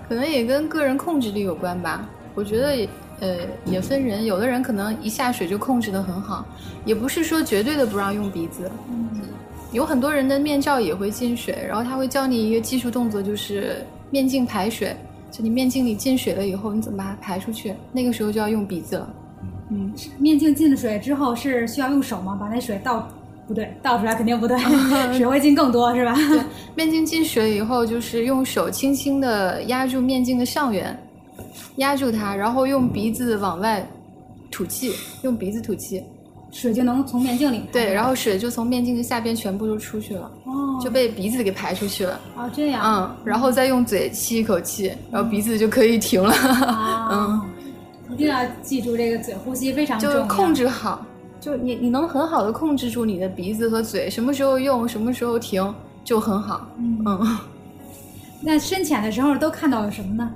F: 可能也跟个人控制力有关吧。我觉得也呃也分人，有的人可能一下水就控制得很好，也不是说绝对的不让用鼻子。嗯有很多人的面罩也会进水，然后他会教你一个技术动作，就是面镜排水。就你面镜里进水了以后，你怎么把它排出去？那个时候就要用鼻子了。嗯，
E: 面镜进了水之后是需要用手吗？把那水倒，不对，倒出来肯定不
F: *laughs*
E: 对， *laughs* 水会进更多是吧？
F: 面镜进水以后，就是用手轻轻的压住面镜的上缘，压住它，然后用鼻子往外吐气，用鼻子吐气。
E: 水就能从面镜里
F: 对，然后水就从面镜的下边全部都出去了，
E: 哦，
F: 就被鼻子给排出去了。
E: 哦这样，
F: 嗯，然后再用嘴吸一口气，然后鼻子就可以停了。
E: 啊，一定要记住这个嘴呼吸非常重
F: *laughs* 嗯就
E: 要，
F: 是控制好，就你你能很好的控制住你的鼻子和嘴，什么时候用，什么时候停，就很好。
E: 嗯
F: 嗯，
E: 那深潜的时候都看到了什么呢？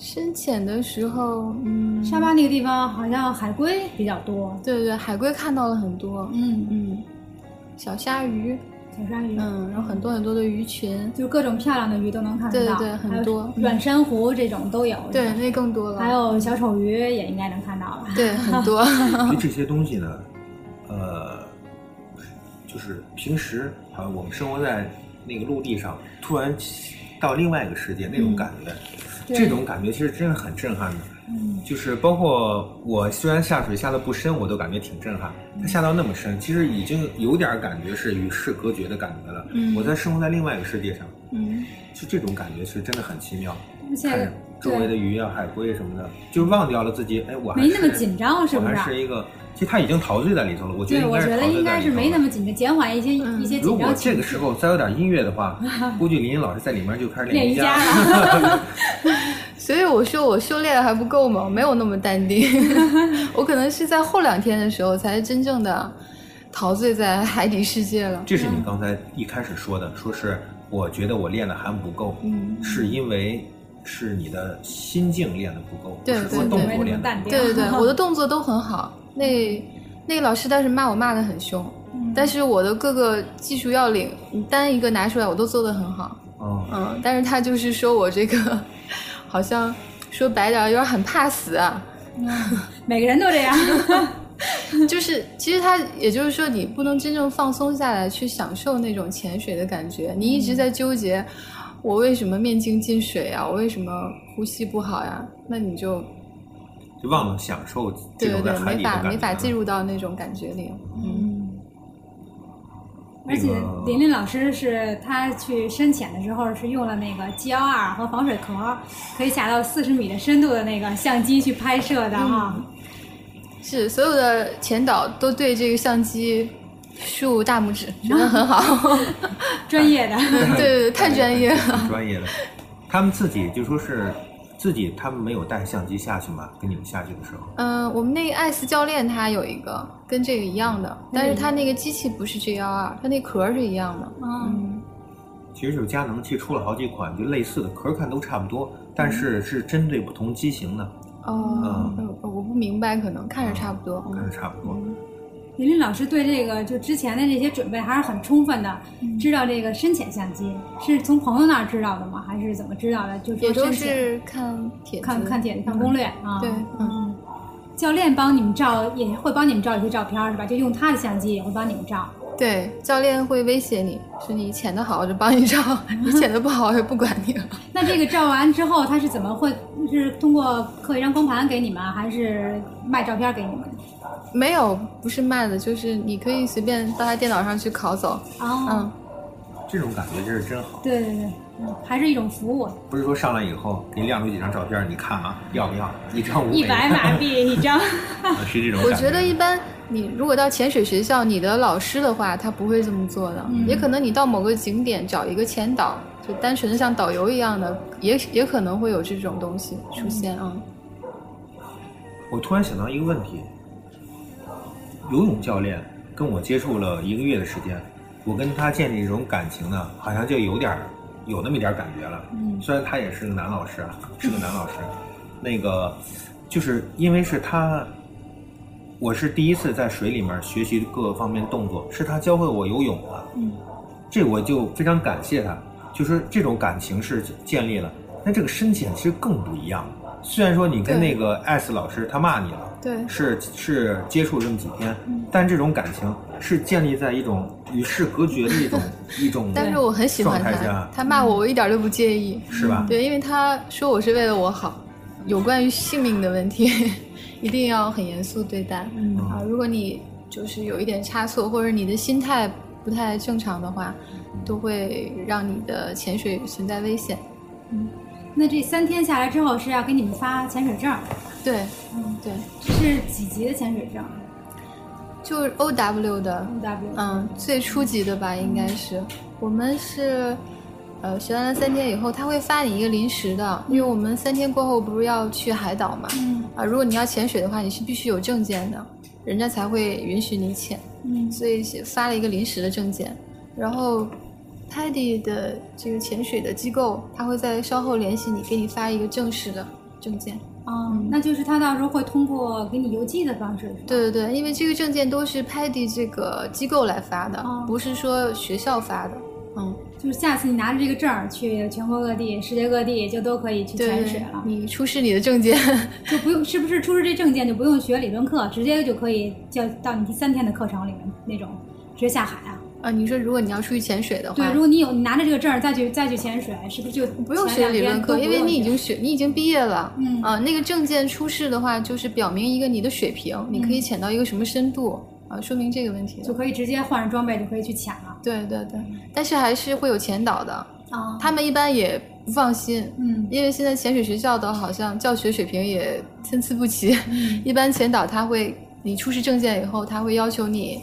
F: 深潜的时候，嗯，
E: 沙巴那个地方好像海龟比较多，
F: 对对对，海龟看到了很多，
E: 嗯，
F: 嗯，小鲨鱼，
E: 小鲨鱼，
F: 嗯，然后很多很多的鱼群，
E: 就各种漂亮的鱼都能看得
F: 对
E: 到，
F: 对对很
E: 还有
F: 多嗯
E: 软珊瑚这种都有，
F: 对，
E: 是吧
F: 那更多了，
E: 还有小丑鱼也应该能看到了。
F: 对
E: *laughs*
F: 很多，
D: 其实这些东西呢，呃，就是平时好像我们生活在那个陆地上，突然到另外一个世界那种感觉，
E: 对
D: 这种感觉其实真的很震撼的。
E: 嗯，
D: 就是包括我虽然下水下的不深，我都感觉挺震撼。它
E: 嗯
D: 下到那么深，其实已经有点感觉是与世隔绝的感觉了。
F: 嗯
D: 我在生活在另外一个世界上，
F: 嗯，
D: 就这种感觉是真的很奇妙。
E: 而且
D: 看周围的鱼啊、海龟什么的，就忘掉了自己。哎，我还
E: 没那么
D: 是
E: 紧张，是
D: 我
E: 不
D: 还
E: 是？
D: 是一个，其实他已经陶醉在里头了。我觉
E: 对，
D: 得应
E: 我
D: 该
E: 觉
D: 是陶
E: 得
D: 醉
E: 应
D: 在
E: 该是
D: 里头
E: 没那
D: 了。
E: 么紧张，减缓一些、
F: 嗯
E: 一些紧
D: 如果
E: 张
D: 这
E: 情
D: 个
E: 绪
D: 时。候再有点音乐的话，估计林老师在里面就开始
E: 练
D: 瑜
E: 瑜伽
D: 了。
E: 了，
F: 所以我说我修炼的还不够嘛，没有那么淡定。 *laughs* 我可能是在后两天的时候，才真正的陶醉在海底世界了。
D: 这是你刚才一开始说的，说是我觉得我练的还不够，
F: 嗯，
D: 是因为是你的心境练的不够，不
F: 对
D: 是说
F: 对
D: 动
F: 对
D: 作
E: 没那
D: 练
E: 么
D: 的
E: 淡
D: 不
E: 定。
D: 够。
F: 对对对，我的动作都很好。那那个老师当时骂我骂的很凶，但是我的各个技术要领，你单一个拿出来我都做的很好。
D: 嗯，
F: 嗯，但是他就是说我这个 *laughs* 好像说白点儿有点很怕死啊。
E: 每个人都这样。 *laughs*
F: 就是，其实它也就是说，你不能真正放松下来去享受那种潜水的感觉，你
D: 嗯
F: 一直在纠结，我为什么面镜进水啊？我为什么呼吸不好呀、那你就
D: 就忘了享受这
F: 对
D: 种
F: 对
D: 在
F: 对，
D: 海
F: 没
D: 底的
F: 法
D: 感觉了。啊
F: 没法进入到那种感觉里。嗯，
E: 而且
D: 那个
E: 琳琳老师是她去深潜的时候是用了那个 G L R 和防水壳，可以下到四十米的深度的那个相机去拍摄的啊。
F: 嗯是所有的前导都对这个相机竖大拇指，觉得很好。
E: *laughs*
D: *laughs*
E: 专业的，
F: 对对对，太专业了。
D: 专业的，他们自己就说是自己，他们没有带相机下去嘛，跟你们下去的时候，
F: 嗯，我们那个艾斯教练他有一个跟这个一样的，
D: 嗯
F: 但是他那个机器不是 G 幺二，他那壳儿是一样的。
E: 嗯，
F: *laughs* 嗯，
D: 其实就是佳能其实出了好几款就类似的，壳儿看都差不多，但是是针对不同机型的，
F: 哦
D: 嗯，
F: 嗯我不明白，可能看着差不多。嗯
D: 但是差不多。
E: 琳琳老师对这个就之前的这些准备还是很充分的，
F: 嗯
E: 知道这个深潜相机是从朋友那儿知道的吗？还是怎么知道的？就
F: 也
E: 说深
F: 都
E: 潜
F: 是看帖子，嗯
E: 看看帖子、看攻略啊。
F: 对，嗯，
E: 教练帮你们照，也会帮你们照一些照片儿是吧？就用他的相机也会帮你们照。
F: 对，教练会威胁你，说你潜得好就帮你照，你潜得不好就不管你了。 *laughs*
E: 那这个照完之后，他是怎么会是通过刻一张光盘给你们，还是卖照片给你们？
F: 没有，不是卖的，就是你可以随便到他电脑上去拷走。
E: 哦
F: 嗯，，
D: 这种感觉就是真好，
E: 对对对，还是一种服务，
D: 不是说上来以后给你亮出几张照片，你看啊，要不要？一张五啊
E: 一百马
D: *laughs*
E: 币一张。
D: 是这种
F: 我
D: 感
F: 觉得一般，你如果到潜水学校，你的老师的话，他不会这么做的。
E: 嗯
F: 也可能你到某个景点找一个潜导，就单纯的像导游一样的，也也可能会有这种东西出现啊。嗯
D: 我突然想到一个问题：游泳教练跟我接触了一个月的时间，我跟他建立这种感情呢，好像就有点儿有那么一点儿感觉了。
E: 嗯
D: 虽然他也是个男老师啊，是个男老师， *laughs* 那个就是因为是他，我是第一次在水里面学习各个方面动作，是他教会我游泳的。
E: 嗯，
D: 这我就非常感谢他，就是这种感情是建立了。那这个深潜其实更不一样，虽然说你跟
F: 对
D: 那个艾斯老师他骂你了，
F: 对
D: 是是接触这么几天，
F: 嗯
D: 但这种感情是建立在一种与世隔绝的
F: *laughs*
D: 一种一种
F: 但是我很喜欢
D: 状态下嗯
F: 他，他骂我，我一点都不介意。
D: 是吧？
F: 对，因为他说我是为了我好。有关于性命的问题， *laughs* 一定要很严肃对待。嗯啊，如果你就是有一点差错，或者你的心态不太正常的话，
D: 嗯
F: 都会让你的潜水存在危险。
E: *laughs* 那这三天下来之后是要给你们发潜水证，
F: 对，
D: 嗯
F: 对，
E: 这是几级的潜水证
F: 就是 O W 的，
E: ？W
F: 嗯，最初级的吧，应该是。我们是，呃，学完了三天以后，他会发你一个临时的，因为我们三天过后不是要去海岛嘛，
E: 嗯
F: 啊，如果你要潜水的话，你是必须有证件的，人家才会允许你潜。
E: 嗯
F: 所以是发了一个临时的证件。然后 Paddy 的这个潜水的机构，他会在稍后联系你，给你发一个正式的证件。
E: 哦，那就是他到时候会通过给你邮寄的方式。是吧，
F: 对对对，因为这个证件都是 Paddy 这个机构来发的，
E: 哦
F: 不是说学校发的。嗯，
E: 就是下次你拿着这个证儿去全国各地、世界各地，就都可以去
F: 对
E: 潜
F: 对
E: 水
F: 对
E: 了，。
F: 你出示你的证件。 *laughs*
E: 就不用，是不是出示这证件就不用学理论课，直接就可以叫到你第三天的课程里面那种，直接下海啊？
F: 啊，你说如果你要出去潜水的话，
E: 对，如果你有你拿着这个证儿再去再去潜水，是不是就
F: 不用学
E: 前两
F: 理
E: 天
F: 论
E: 都
F: 课，
E: 不
F: 因为
E: 用
F: 你已
E: 学
F: 经学，你已经毕业了。
E: 嗯
F: 啊，那个证件出示的话，就是表明一个你的水平，你可以潜到一个什么深度啊，说明这个问题
E: 嗯就
F: 的。
E: 可以直接换上装备就可以去潜了
F: 对对对，但是还是会有潜导的，
E: 啊
F: 他们一般也不放心。
E: 嗯
F: 因为现在潜水学校的好像教学水平也参差不齐，
E: 嗯
F: *laughs* 一般潜导他会，你出示证件以后，他会要求你，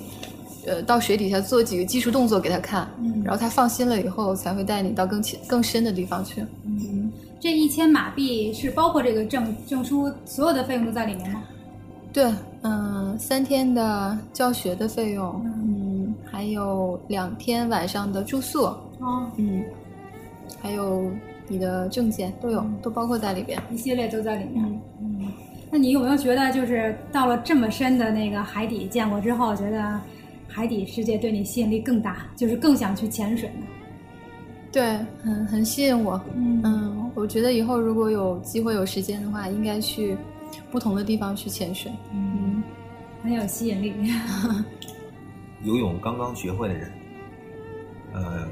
F: 呃，到水底下做几个技术动作给他看，
E: 嗯
F: 然后他放心了以后，才会带你到更浅更深的地方去。
E: 嗯这一千马币是包括这个证证书所有的费用都在里面吗？
F: 对，嗯、三天的教学的费用，
E: 嗯
F: 嗯，还有两天晚上的住宿，
E: 哦，
F: 嗯，还有你的证件都有，
E: 嗯
F: 都包括在里边。
E: 一系列都在里面。
F: 嗯，
E: 那你有没有觉得，就是到了这么深的那个海底见过之后，觉得海底世界对你吸引力更大，就是更想去潜水呢？
F: 对，很很吸引我。
E: 嗯
F: 嗯，我觉得以后如果有机会有时间的话，应该去不同的地方去潜水。嗯，
E: 很有吸引力。
D: 游泳刚刚学会的人，呃，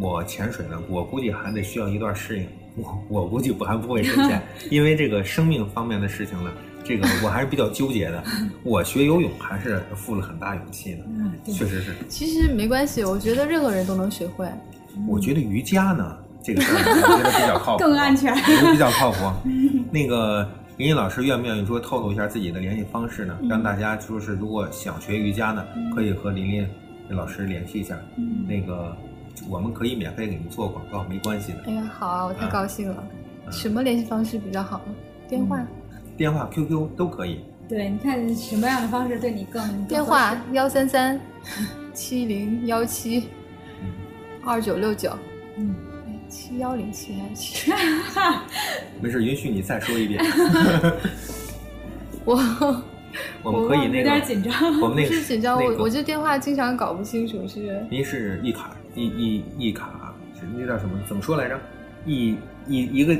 D: 我潜水呢，我估计还得需要一段适应。我我估计不还不会深
F: *laughs*
D: 潜，因为这个生命方面的事情呢，这个我还是比较纠结的。
F: *laughs*
D: 我学游泳还是付了很大勇气的，
E: 嗯，对，
D: 确实是。
F: 其实没关系，我觉得任何人都能学会。嗯
D: 我觉得瑜伽呢，这个事儿呢我觉得比较靠
E: *laughs*
D: 谱，
E: 更安全
D: 我觉得比较靠谱。那个林毅老师愿不愿意说透露一下自己的联系方式呢？让大家就是如果想学瑜伽呢，可以和林林老师联系一下。那个我们可以免费给您做广告，没关系的。
F: 哎呀，好啊，我太
D: 嗯
F: 高兴了。
D: 嗯
F: 什么联系方式比较好呢？电话。
D: 电话、QQ 都可以。
E: 对，你看什么样的方式对你更更
F: *laughs* 电
E: 合
F: 话
E: 适
F: 幺三三 *laughs* 七零幺七
D: 嗯
F: 二九六九，
E: 嗯
F: 哎，七幺零七幺七， *laughs*
D: 没事，允许你再说一遍。
F: 我
D: 我们可以那
E: 有
D: 个，
E: 点紧张。
D: 我
F: 不
D: 们那个
F: *laughs* 是紧张，
D: 那
F: 我
D: 个
F: 我这电话经常搞不清楚是
D: 您是一卡一一一卡，是那叫什么？怎么说来着？一一一个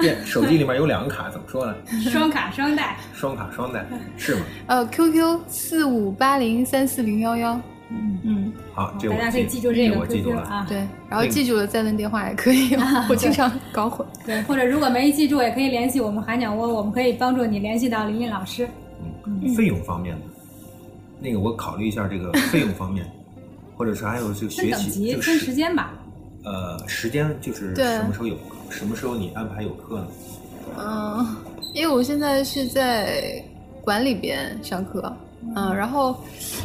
D: 电手机里面有两个卡，怎么说呢？
E: 双卡双待，
D: 双卡双待是吗？
F: 呃 QQ 四五八零三四零幺幺，嗯，
D: 好，这我
E: 大家可以记
D: 记
E: 住这个
D: 我记住
E: QQ
D: 了。
E: 啊。
F: 对，然后记住了再问电话也可以，我经常搞混。
E: 对，或者如果没记住，也可以联系我们海鸟窝，我们可以帮助你联系到林毅老师。
D: 嗯
E: 嗯
D: 费用方面的，那个我考虑一下这个费用方面，或者是还有这
E: 分
D: 个学
E: 等
D: 习，
E: 级，
D: 就
E: 分时
D: 是
E: 间吧。
D: 呃时间就是
F: 对
D: 什么时候有课，什么时候你安排有课呢？
F: 嗯，因为我现在是在馆里边上课，嗯，然后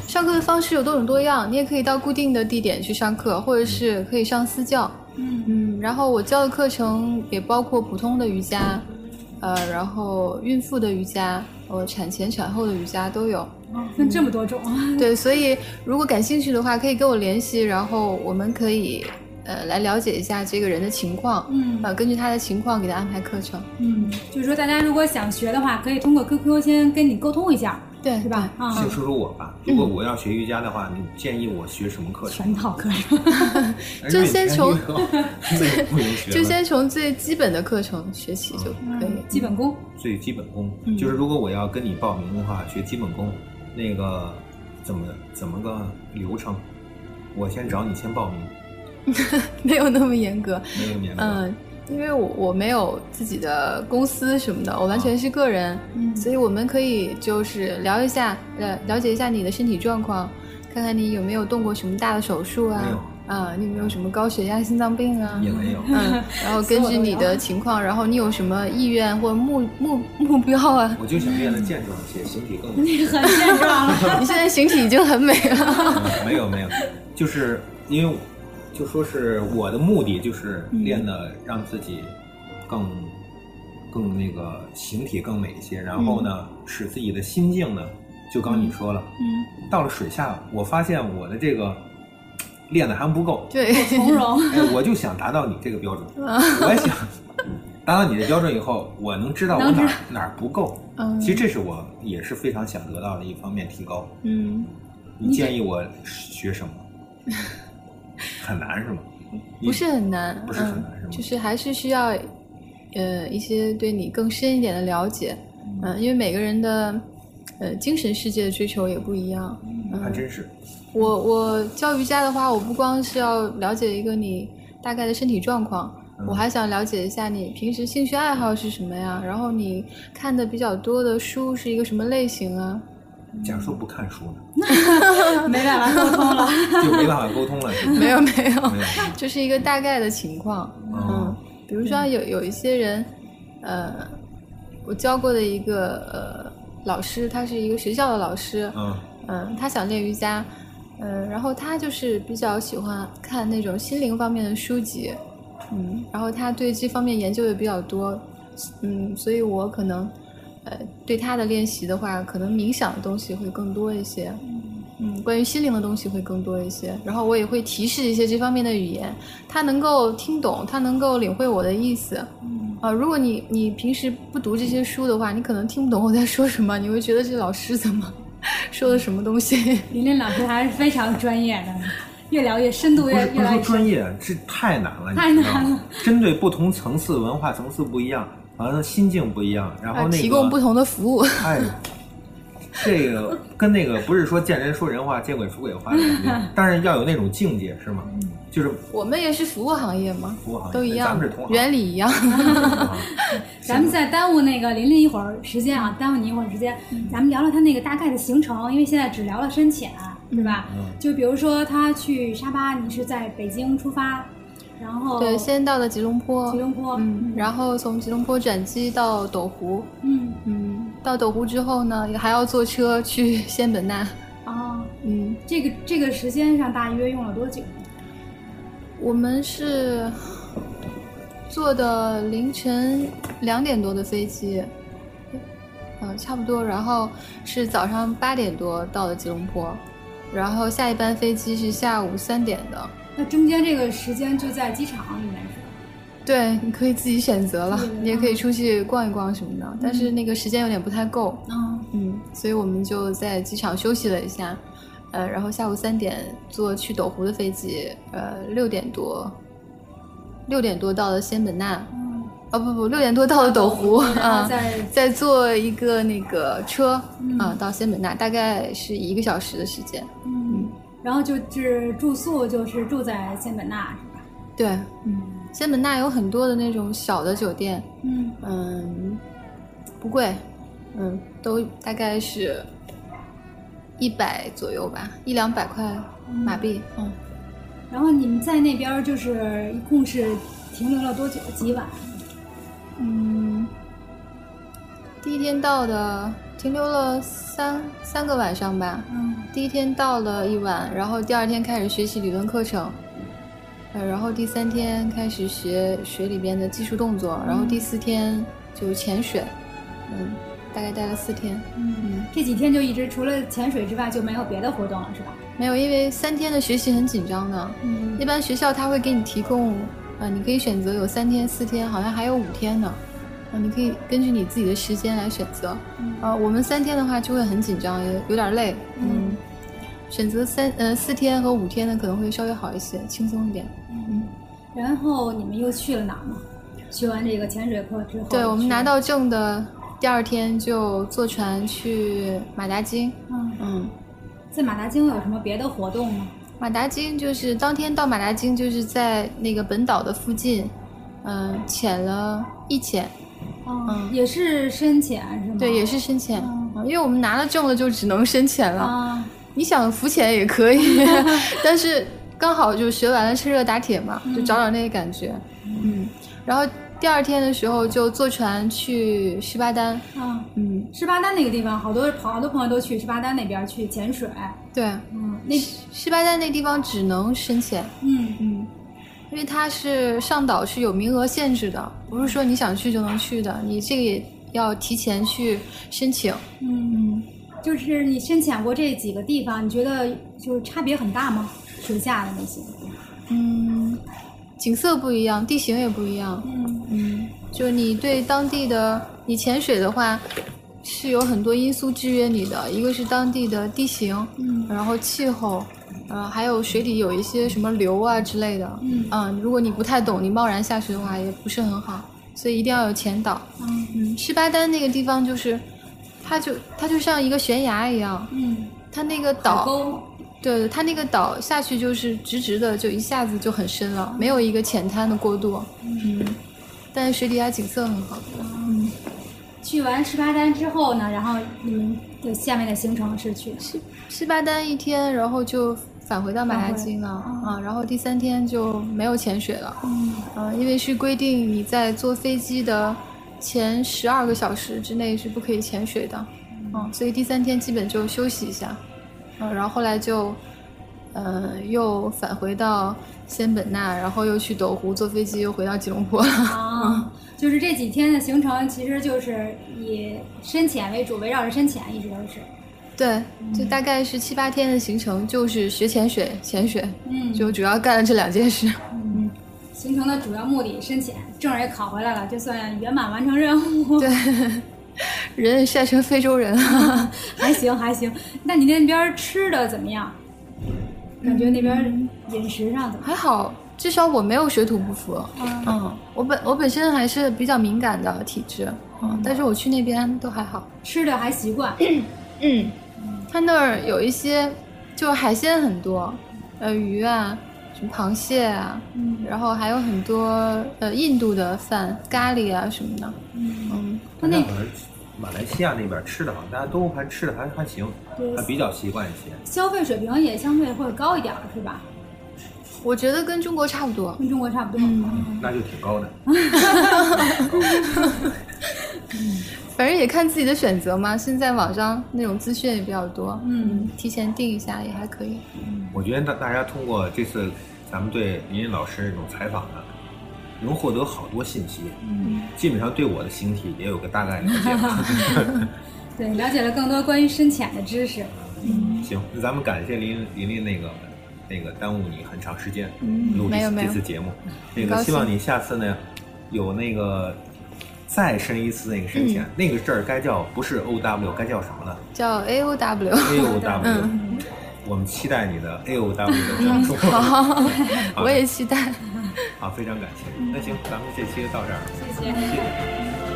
F: 上课的方式有多种多样，你也可以到固定的地点去上课，或者是可以上私教，
E: 嗯，
F: 嗯，然后我教的课程也包括普通的瑜伽，呃，然后孕妇的瑜伽，呃，产前产后的瑜伽都有。
E: 分这么多种，
F: 对，所以如果感兴趣的话，可以跟我联系，然后我们可以呃来了解一下这个人的情况，
E: 嗯
F: 呃，根据他的情况给他安排课程。
E: *laughs* 嗯，就是说大家如果想学的话，可以通过 QQ 先跟你沟通一下，
F: 对，
E: 是吧？？啊、
D: 先说说我吧，如果
E: 嗯
D: 我要学瑜伽的话，你建议我学什么课程？哎
E: 全套课程。
F: 就先从
D: 最不能学了
F: 就先从最基本的课程学起就可以。
E: *laughs* 哦嗯基本功，
D: 最基本功
F: 嗯，
D: 就是如果我要跟你报名的话，学基本功，那个怎么怎么个流程？我先找你先报名，
F: *laughs* 没有那么严格，
D: 没有免费。
E: 呃
F: 嗯，因为我我没有自己的公司什么的，我
D: 啊
F: 完全是个人，
E: 嗯
F: 所以我们可以就是聊一下，呃，了解一下你的身体状况，看看你有没有动过什么大的手术啊
D: 没有，
F: 啊，你有没有什么高血压、心脏病啊，
E: *laughs*
D: 也没有。
F: 嗯，然后根
E: 所有
F: 据
E: 都
F: 你
E: 有
F: 的情况，然后你有什么意愿或目目目标
D: *laughs*
F: 啊？
D: 我就想练得健壮些，形体更
E: 你很健壮了。 *laughs*
F: 你现在形体已经很美了，
D: *laughs* 嗯没有没有，就是因为就说是我的目的就是
E: 嗯
D: 练的让自己更、更那个形体更美一些，然后呢，使自己的心境呢，就刚你说了，
E: 嗯，
D: 到了水下，我发现我的这个练的还不够，
F: 对，
E: 从
D: *laughs*
E: 容，
D: 哎，我就想达到你这个标准，我也想 *laughs* 达到你的标准以后，我能知道我
E: 能知
D: 哪儿哪儿不够。
F: 嗯
D: 其实这是我也是非常想得到的一方面提高。
F: 嗯，
D: 你建议我学什么？很难是吗？你
F: 不是很难，
D: 不是很难是吗
F: 嗯，就是还是需要，呃，一些对你更深一点的了解，嗯、因为每个人的，呃，精神世界的追求也不一样，
D: 还
F: 嗯，
D: 真是。
F: 我我教瑜伽的话，我不光是要了解一个你大概的身体状况，
D: 嗯
F: 我还想了解一下你平时兴趣爱好是什么呀？然后你看的比较多的书是一个什么类型啊？ *laughs*
D: 假如说不看书呢，
E: 没办法沟通了。
D: 就没办法沟通了，是吗？
F: 没有没有，
D: 没有。
F: *laughs* 就是一个大概的情况。
D: 哦
F: 嗯，比如说有有一些人，呃，我教过的一个呃老师，他是一个学校的老师，
D: 嗯
F: 嗯，他想练瑜伽，嗯，然后他就是比较喜欢看那种心灵方面的书籍，嗯，然后他对这方面研究也比较多，嗯，所以我可能，呃，对他的练习的话，可能冥想的东西会更多一些，嗯，关于心灵的东西会更多一些，然后我也会提示一些这方面的语言，他能够听懂，他能够领会我的意思。啊，如果你你平时不读这些书的话，你可能听不懂我在说什么，你会觉得这老师怎么说的什么东西？
E: 林林老师还是非常专业的，越聊越深度
D: 不
E: 越
D: 是，
E: 越
D: 不是
E: 来
D: 说
E: 越深。
D: 专业，这太难了，
E: 太
D: 你知道
E: 难
D: 吗？针对不同层次、文化层次不一样，完了心境不一样，然后
F: 啊，
D: 那个
F: 提供不同的服务。
D: 哎，这个跟那个不是说见人说人话，见鬼说鬼话的感觉，但是要有那种境界是吗？就是
F: 我们也是服务行业嘛，
D: 服务行业
F: 都一
D: 咱
F: 样
D: 们是同，行
F: 原理一
E: *laughs*
F: 样。
D: 啊
E: 咱们再耽误那个琳琳一会儿时间啊，耽误你一会儿时间。
D: 嗯
E: 咱们聊聊她那个大概的行程，因为现在只聊了深浅，啊对吧？
D: 嗯
E: 就比如说她去沙巴，你是在北京出发，然后
F: 对，先到了吉隆坡，
E: 吉隆坡，
F: 嗯，然后从吉隆坡转机到斗湖，
E: 嗯
F: 嗯，到斗湖之后呢，也还要坐车去仙本那，
E: 啊，
F: 嗯，
E: 这个这个时间上大约用了多久？
F: 我们是坐的凌晨两点多的飞机，嗯，差不多。然后是早上八点多到的吉隆坡，然后下一班飞机是下午三点的。
E: 那中间这个时间就在机场里面是吧？
F: 对，你可以自己选择了
E: 自己，的
F: 你也可以出去逛一逛什么的，但是那个时间有点不太够，
E: 嗯，
F: 嗯，所以我们就在机场休息了一下，呃，然后下午三点坐去斗湖的飞机，呃，六点多，六点多到了仙本那，
E: 嗯
F: 啊不不，六点多到了斗湖
E: 然
F: *laughs* 啊
E: 后，再
F: 再坐一个那个车
E: 嗯
F: 啊到仙本那，大概是一个小时的时间。
E: 嗯，然后就是住宿就是住在仙本那是吧？
F: 对，
E: 嗯
F: 仙本那有很多的那种小的酒店，
E: 嗯，
F: 嗯，不贵，嗯，都大概是一百左右吧，一两百块马币，嗯，
E: 然后你们在那边就是一共是停留了多久？几晚？
F: 嗯，第一天到的，停留了三三个晚上吧。
E: 嗯
F: 第一天到了一晚，然后第二天开始学习理论课程，呃，然后第三天开始学水里边的技术动作，然后第四天就潜水，嗯，大概待了四天。
E: 嗯，这几天就一直除了潜水之外就没有别的活动了是吧？
F: 没有，因为三天的学习很紧张的。
E: 嗯
F: 一般学校它会给你提供，呃，你可以选择有三天、四天，好像还有五天呢。呃，你可以根据你自己的时间来选择。呃，我们三天的话就会很紧张，也有点累。嗯，选择三呃四天和五天的可能会稍微好一些，轻松一点。
E: 然后你们又去了哪儿呢？学完这个潜水课之后，
F: 对我们
E: 去
F: 拿到证的第二天就坐船去马达金。
E: 嗯，
F: 嗯，
E: 在马达京有什么别的活动吗？
F: 马达金就是当天到马达金，就是在那个本岛的附近，嗯、潜了一潜，
E: 嗯，也是深潜是吗？
F: 对，也是深潜，
E: 嗯
F: 嗯因为我们拿了证了，就只能深潜了。
E: 啊，
F: 你想浮潜也可以，但是刚好就学完了趁热打铁嘛，就找找那个感觉，嗯。然后第二天的时候就坐船去十八丹，
E: 啊，
F: 嗯，
E: 十八丹那个地方，好多好多朋友都去十八丹那边去潜水。
F: 对，
E: 嗯，那
F: 十八丹那地方只能深潜，
E: 嗯
F: 嗯，因为它是上岛是有名额限制的，不是说你想去就能去的，你这个也要提前去申请。
E: 嗯，就是你深潜过这几个地方，你觉得就是差别很大吗？水下的那些？
F: 嗯，景色不一样，地形也不一样。
E: 嗯
F: 嗯，就你对当地的，你潜水的话，是有很多因素制约你的，一个是当地的地形，
E: 嗯
F: 然后气候，呃，还有水里有一些什么流啊之类的。
E: 嗯
F: 嗯，如果你不太懂，你贸然下去的话也不是很好，所以一定要有前导。
E: 嗯
F: 嗯，十八丹那个地方就是，它就它就像一个悬崖一样，
E: 嗯，
F: 它那个
E: 打
F: 岛，
E: 钩。
F: 对，它那个岛下去就是直直的，就一下子就很深了，没有一个浅滩的过渡。嗯，但是水底下景色很好。
E: 去完十八丹之后呢，然后你们的下面的行程是去哪？
F: 十八丹一天，然后就返回到马达金了
E: 返回
F: 啊，然后第三天就没有潜水了，
E: 嗯
F: 啊，因为是规定你在坐飞机的前十二个小时之内是不可以潜水的，嗯，所以第三天基本就休息一下，嗯，然后后来就，呃，又返回到仙本那，然后又去斗湖坐飞机，又回到吉隆坡了。
E: 啊，就是这几天的行程，其实就是以深潜为主，围绕着深潜一直都是。
F: *laughs* 对，
E: 嗯
F: 就大概是七八天的行程，就是学潜水、潜水，
E: 嗯，
F: 就主要干了这两件事。 *laughs*
E: 行程的主要目的深潜，证儿也考回来了，就算圆满完成任务。
F: 对， *laughs* 人也晒成非洲人
E: *laughs*
F: 了。
E: *laughs* 还行还行。那你那边儿吃的怎么样？感觉那边儿饮食上怎么
F: 还好，至少我没有水土不服。
E: 样？啊
F: 嗯，我本我本身还是比较敏感的体质，嗯，但是我去那边都还好。
E: 吃的还习惯。
F: 嗯，他那儿有一些就海鲜很多，呃，鱼啊，什么螃蟹啊，
E: 嗯
F: 然后还有很多呃印度的饭，咖喱啊什么的。
E: 嗯，
F: 嗯，
E: 那
D: 但
E: 那
D: 是好像马来西亚那边吃的好像大家都还吃的还还行，
E: 对
D: 还比较习惯一些。
E: 消费水平也相对会高一点儿，是吧？
F: 我觉得跟中国差不多。
E: 跟中国差不多。
F: 嗯
D: 那就挺高的。
F: 反正也看自己的选择嘛。现在网上那种资讯也比较多，
E: 嗯，
F: 提前定一下也还可以。
D: 我觉得大大家通过这次咱们对林林老师这种采访呢，能获得好多信息，嗯，基本上对我的形体也有个大概了解了。
E: 对，了解了更多关于深潜的知识。
D: 行，那咱们感谢林林林那个那个耽误你很长时间
F: 嗯
D: 录
F: 没有
D: 这
F: 没有
D: 这次节目，那
F: 很
D: 个
F: 高
D: 希
F: 兴
D: 望你下次呢有那个再深一次那个深潜，
F: 嗯
D: 那个字儿该叫不是 O W 该叫什
F: *laughs*
D: 么了
F: 叫 A O W， *laughs*
D: ？A O W
F: 嗯。
D: 我们期待你的 A O W 的赞助。 *laughs*
F: 好，
D: 好
F: 我也期待。嗯
D: 啊，非常感谢。那行，咱们这期就到这儿了。
E: 谢谢。
D: 谢谢。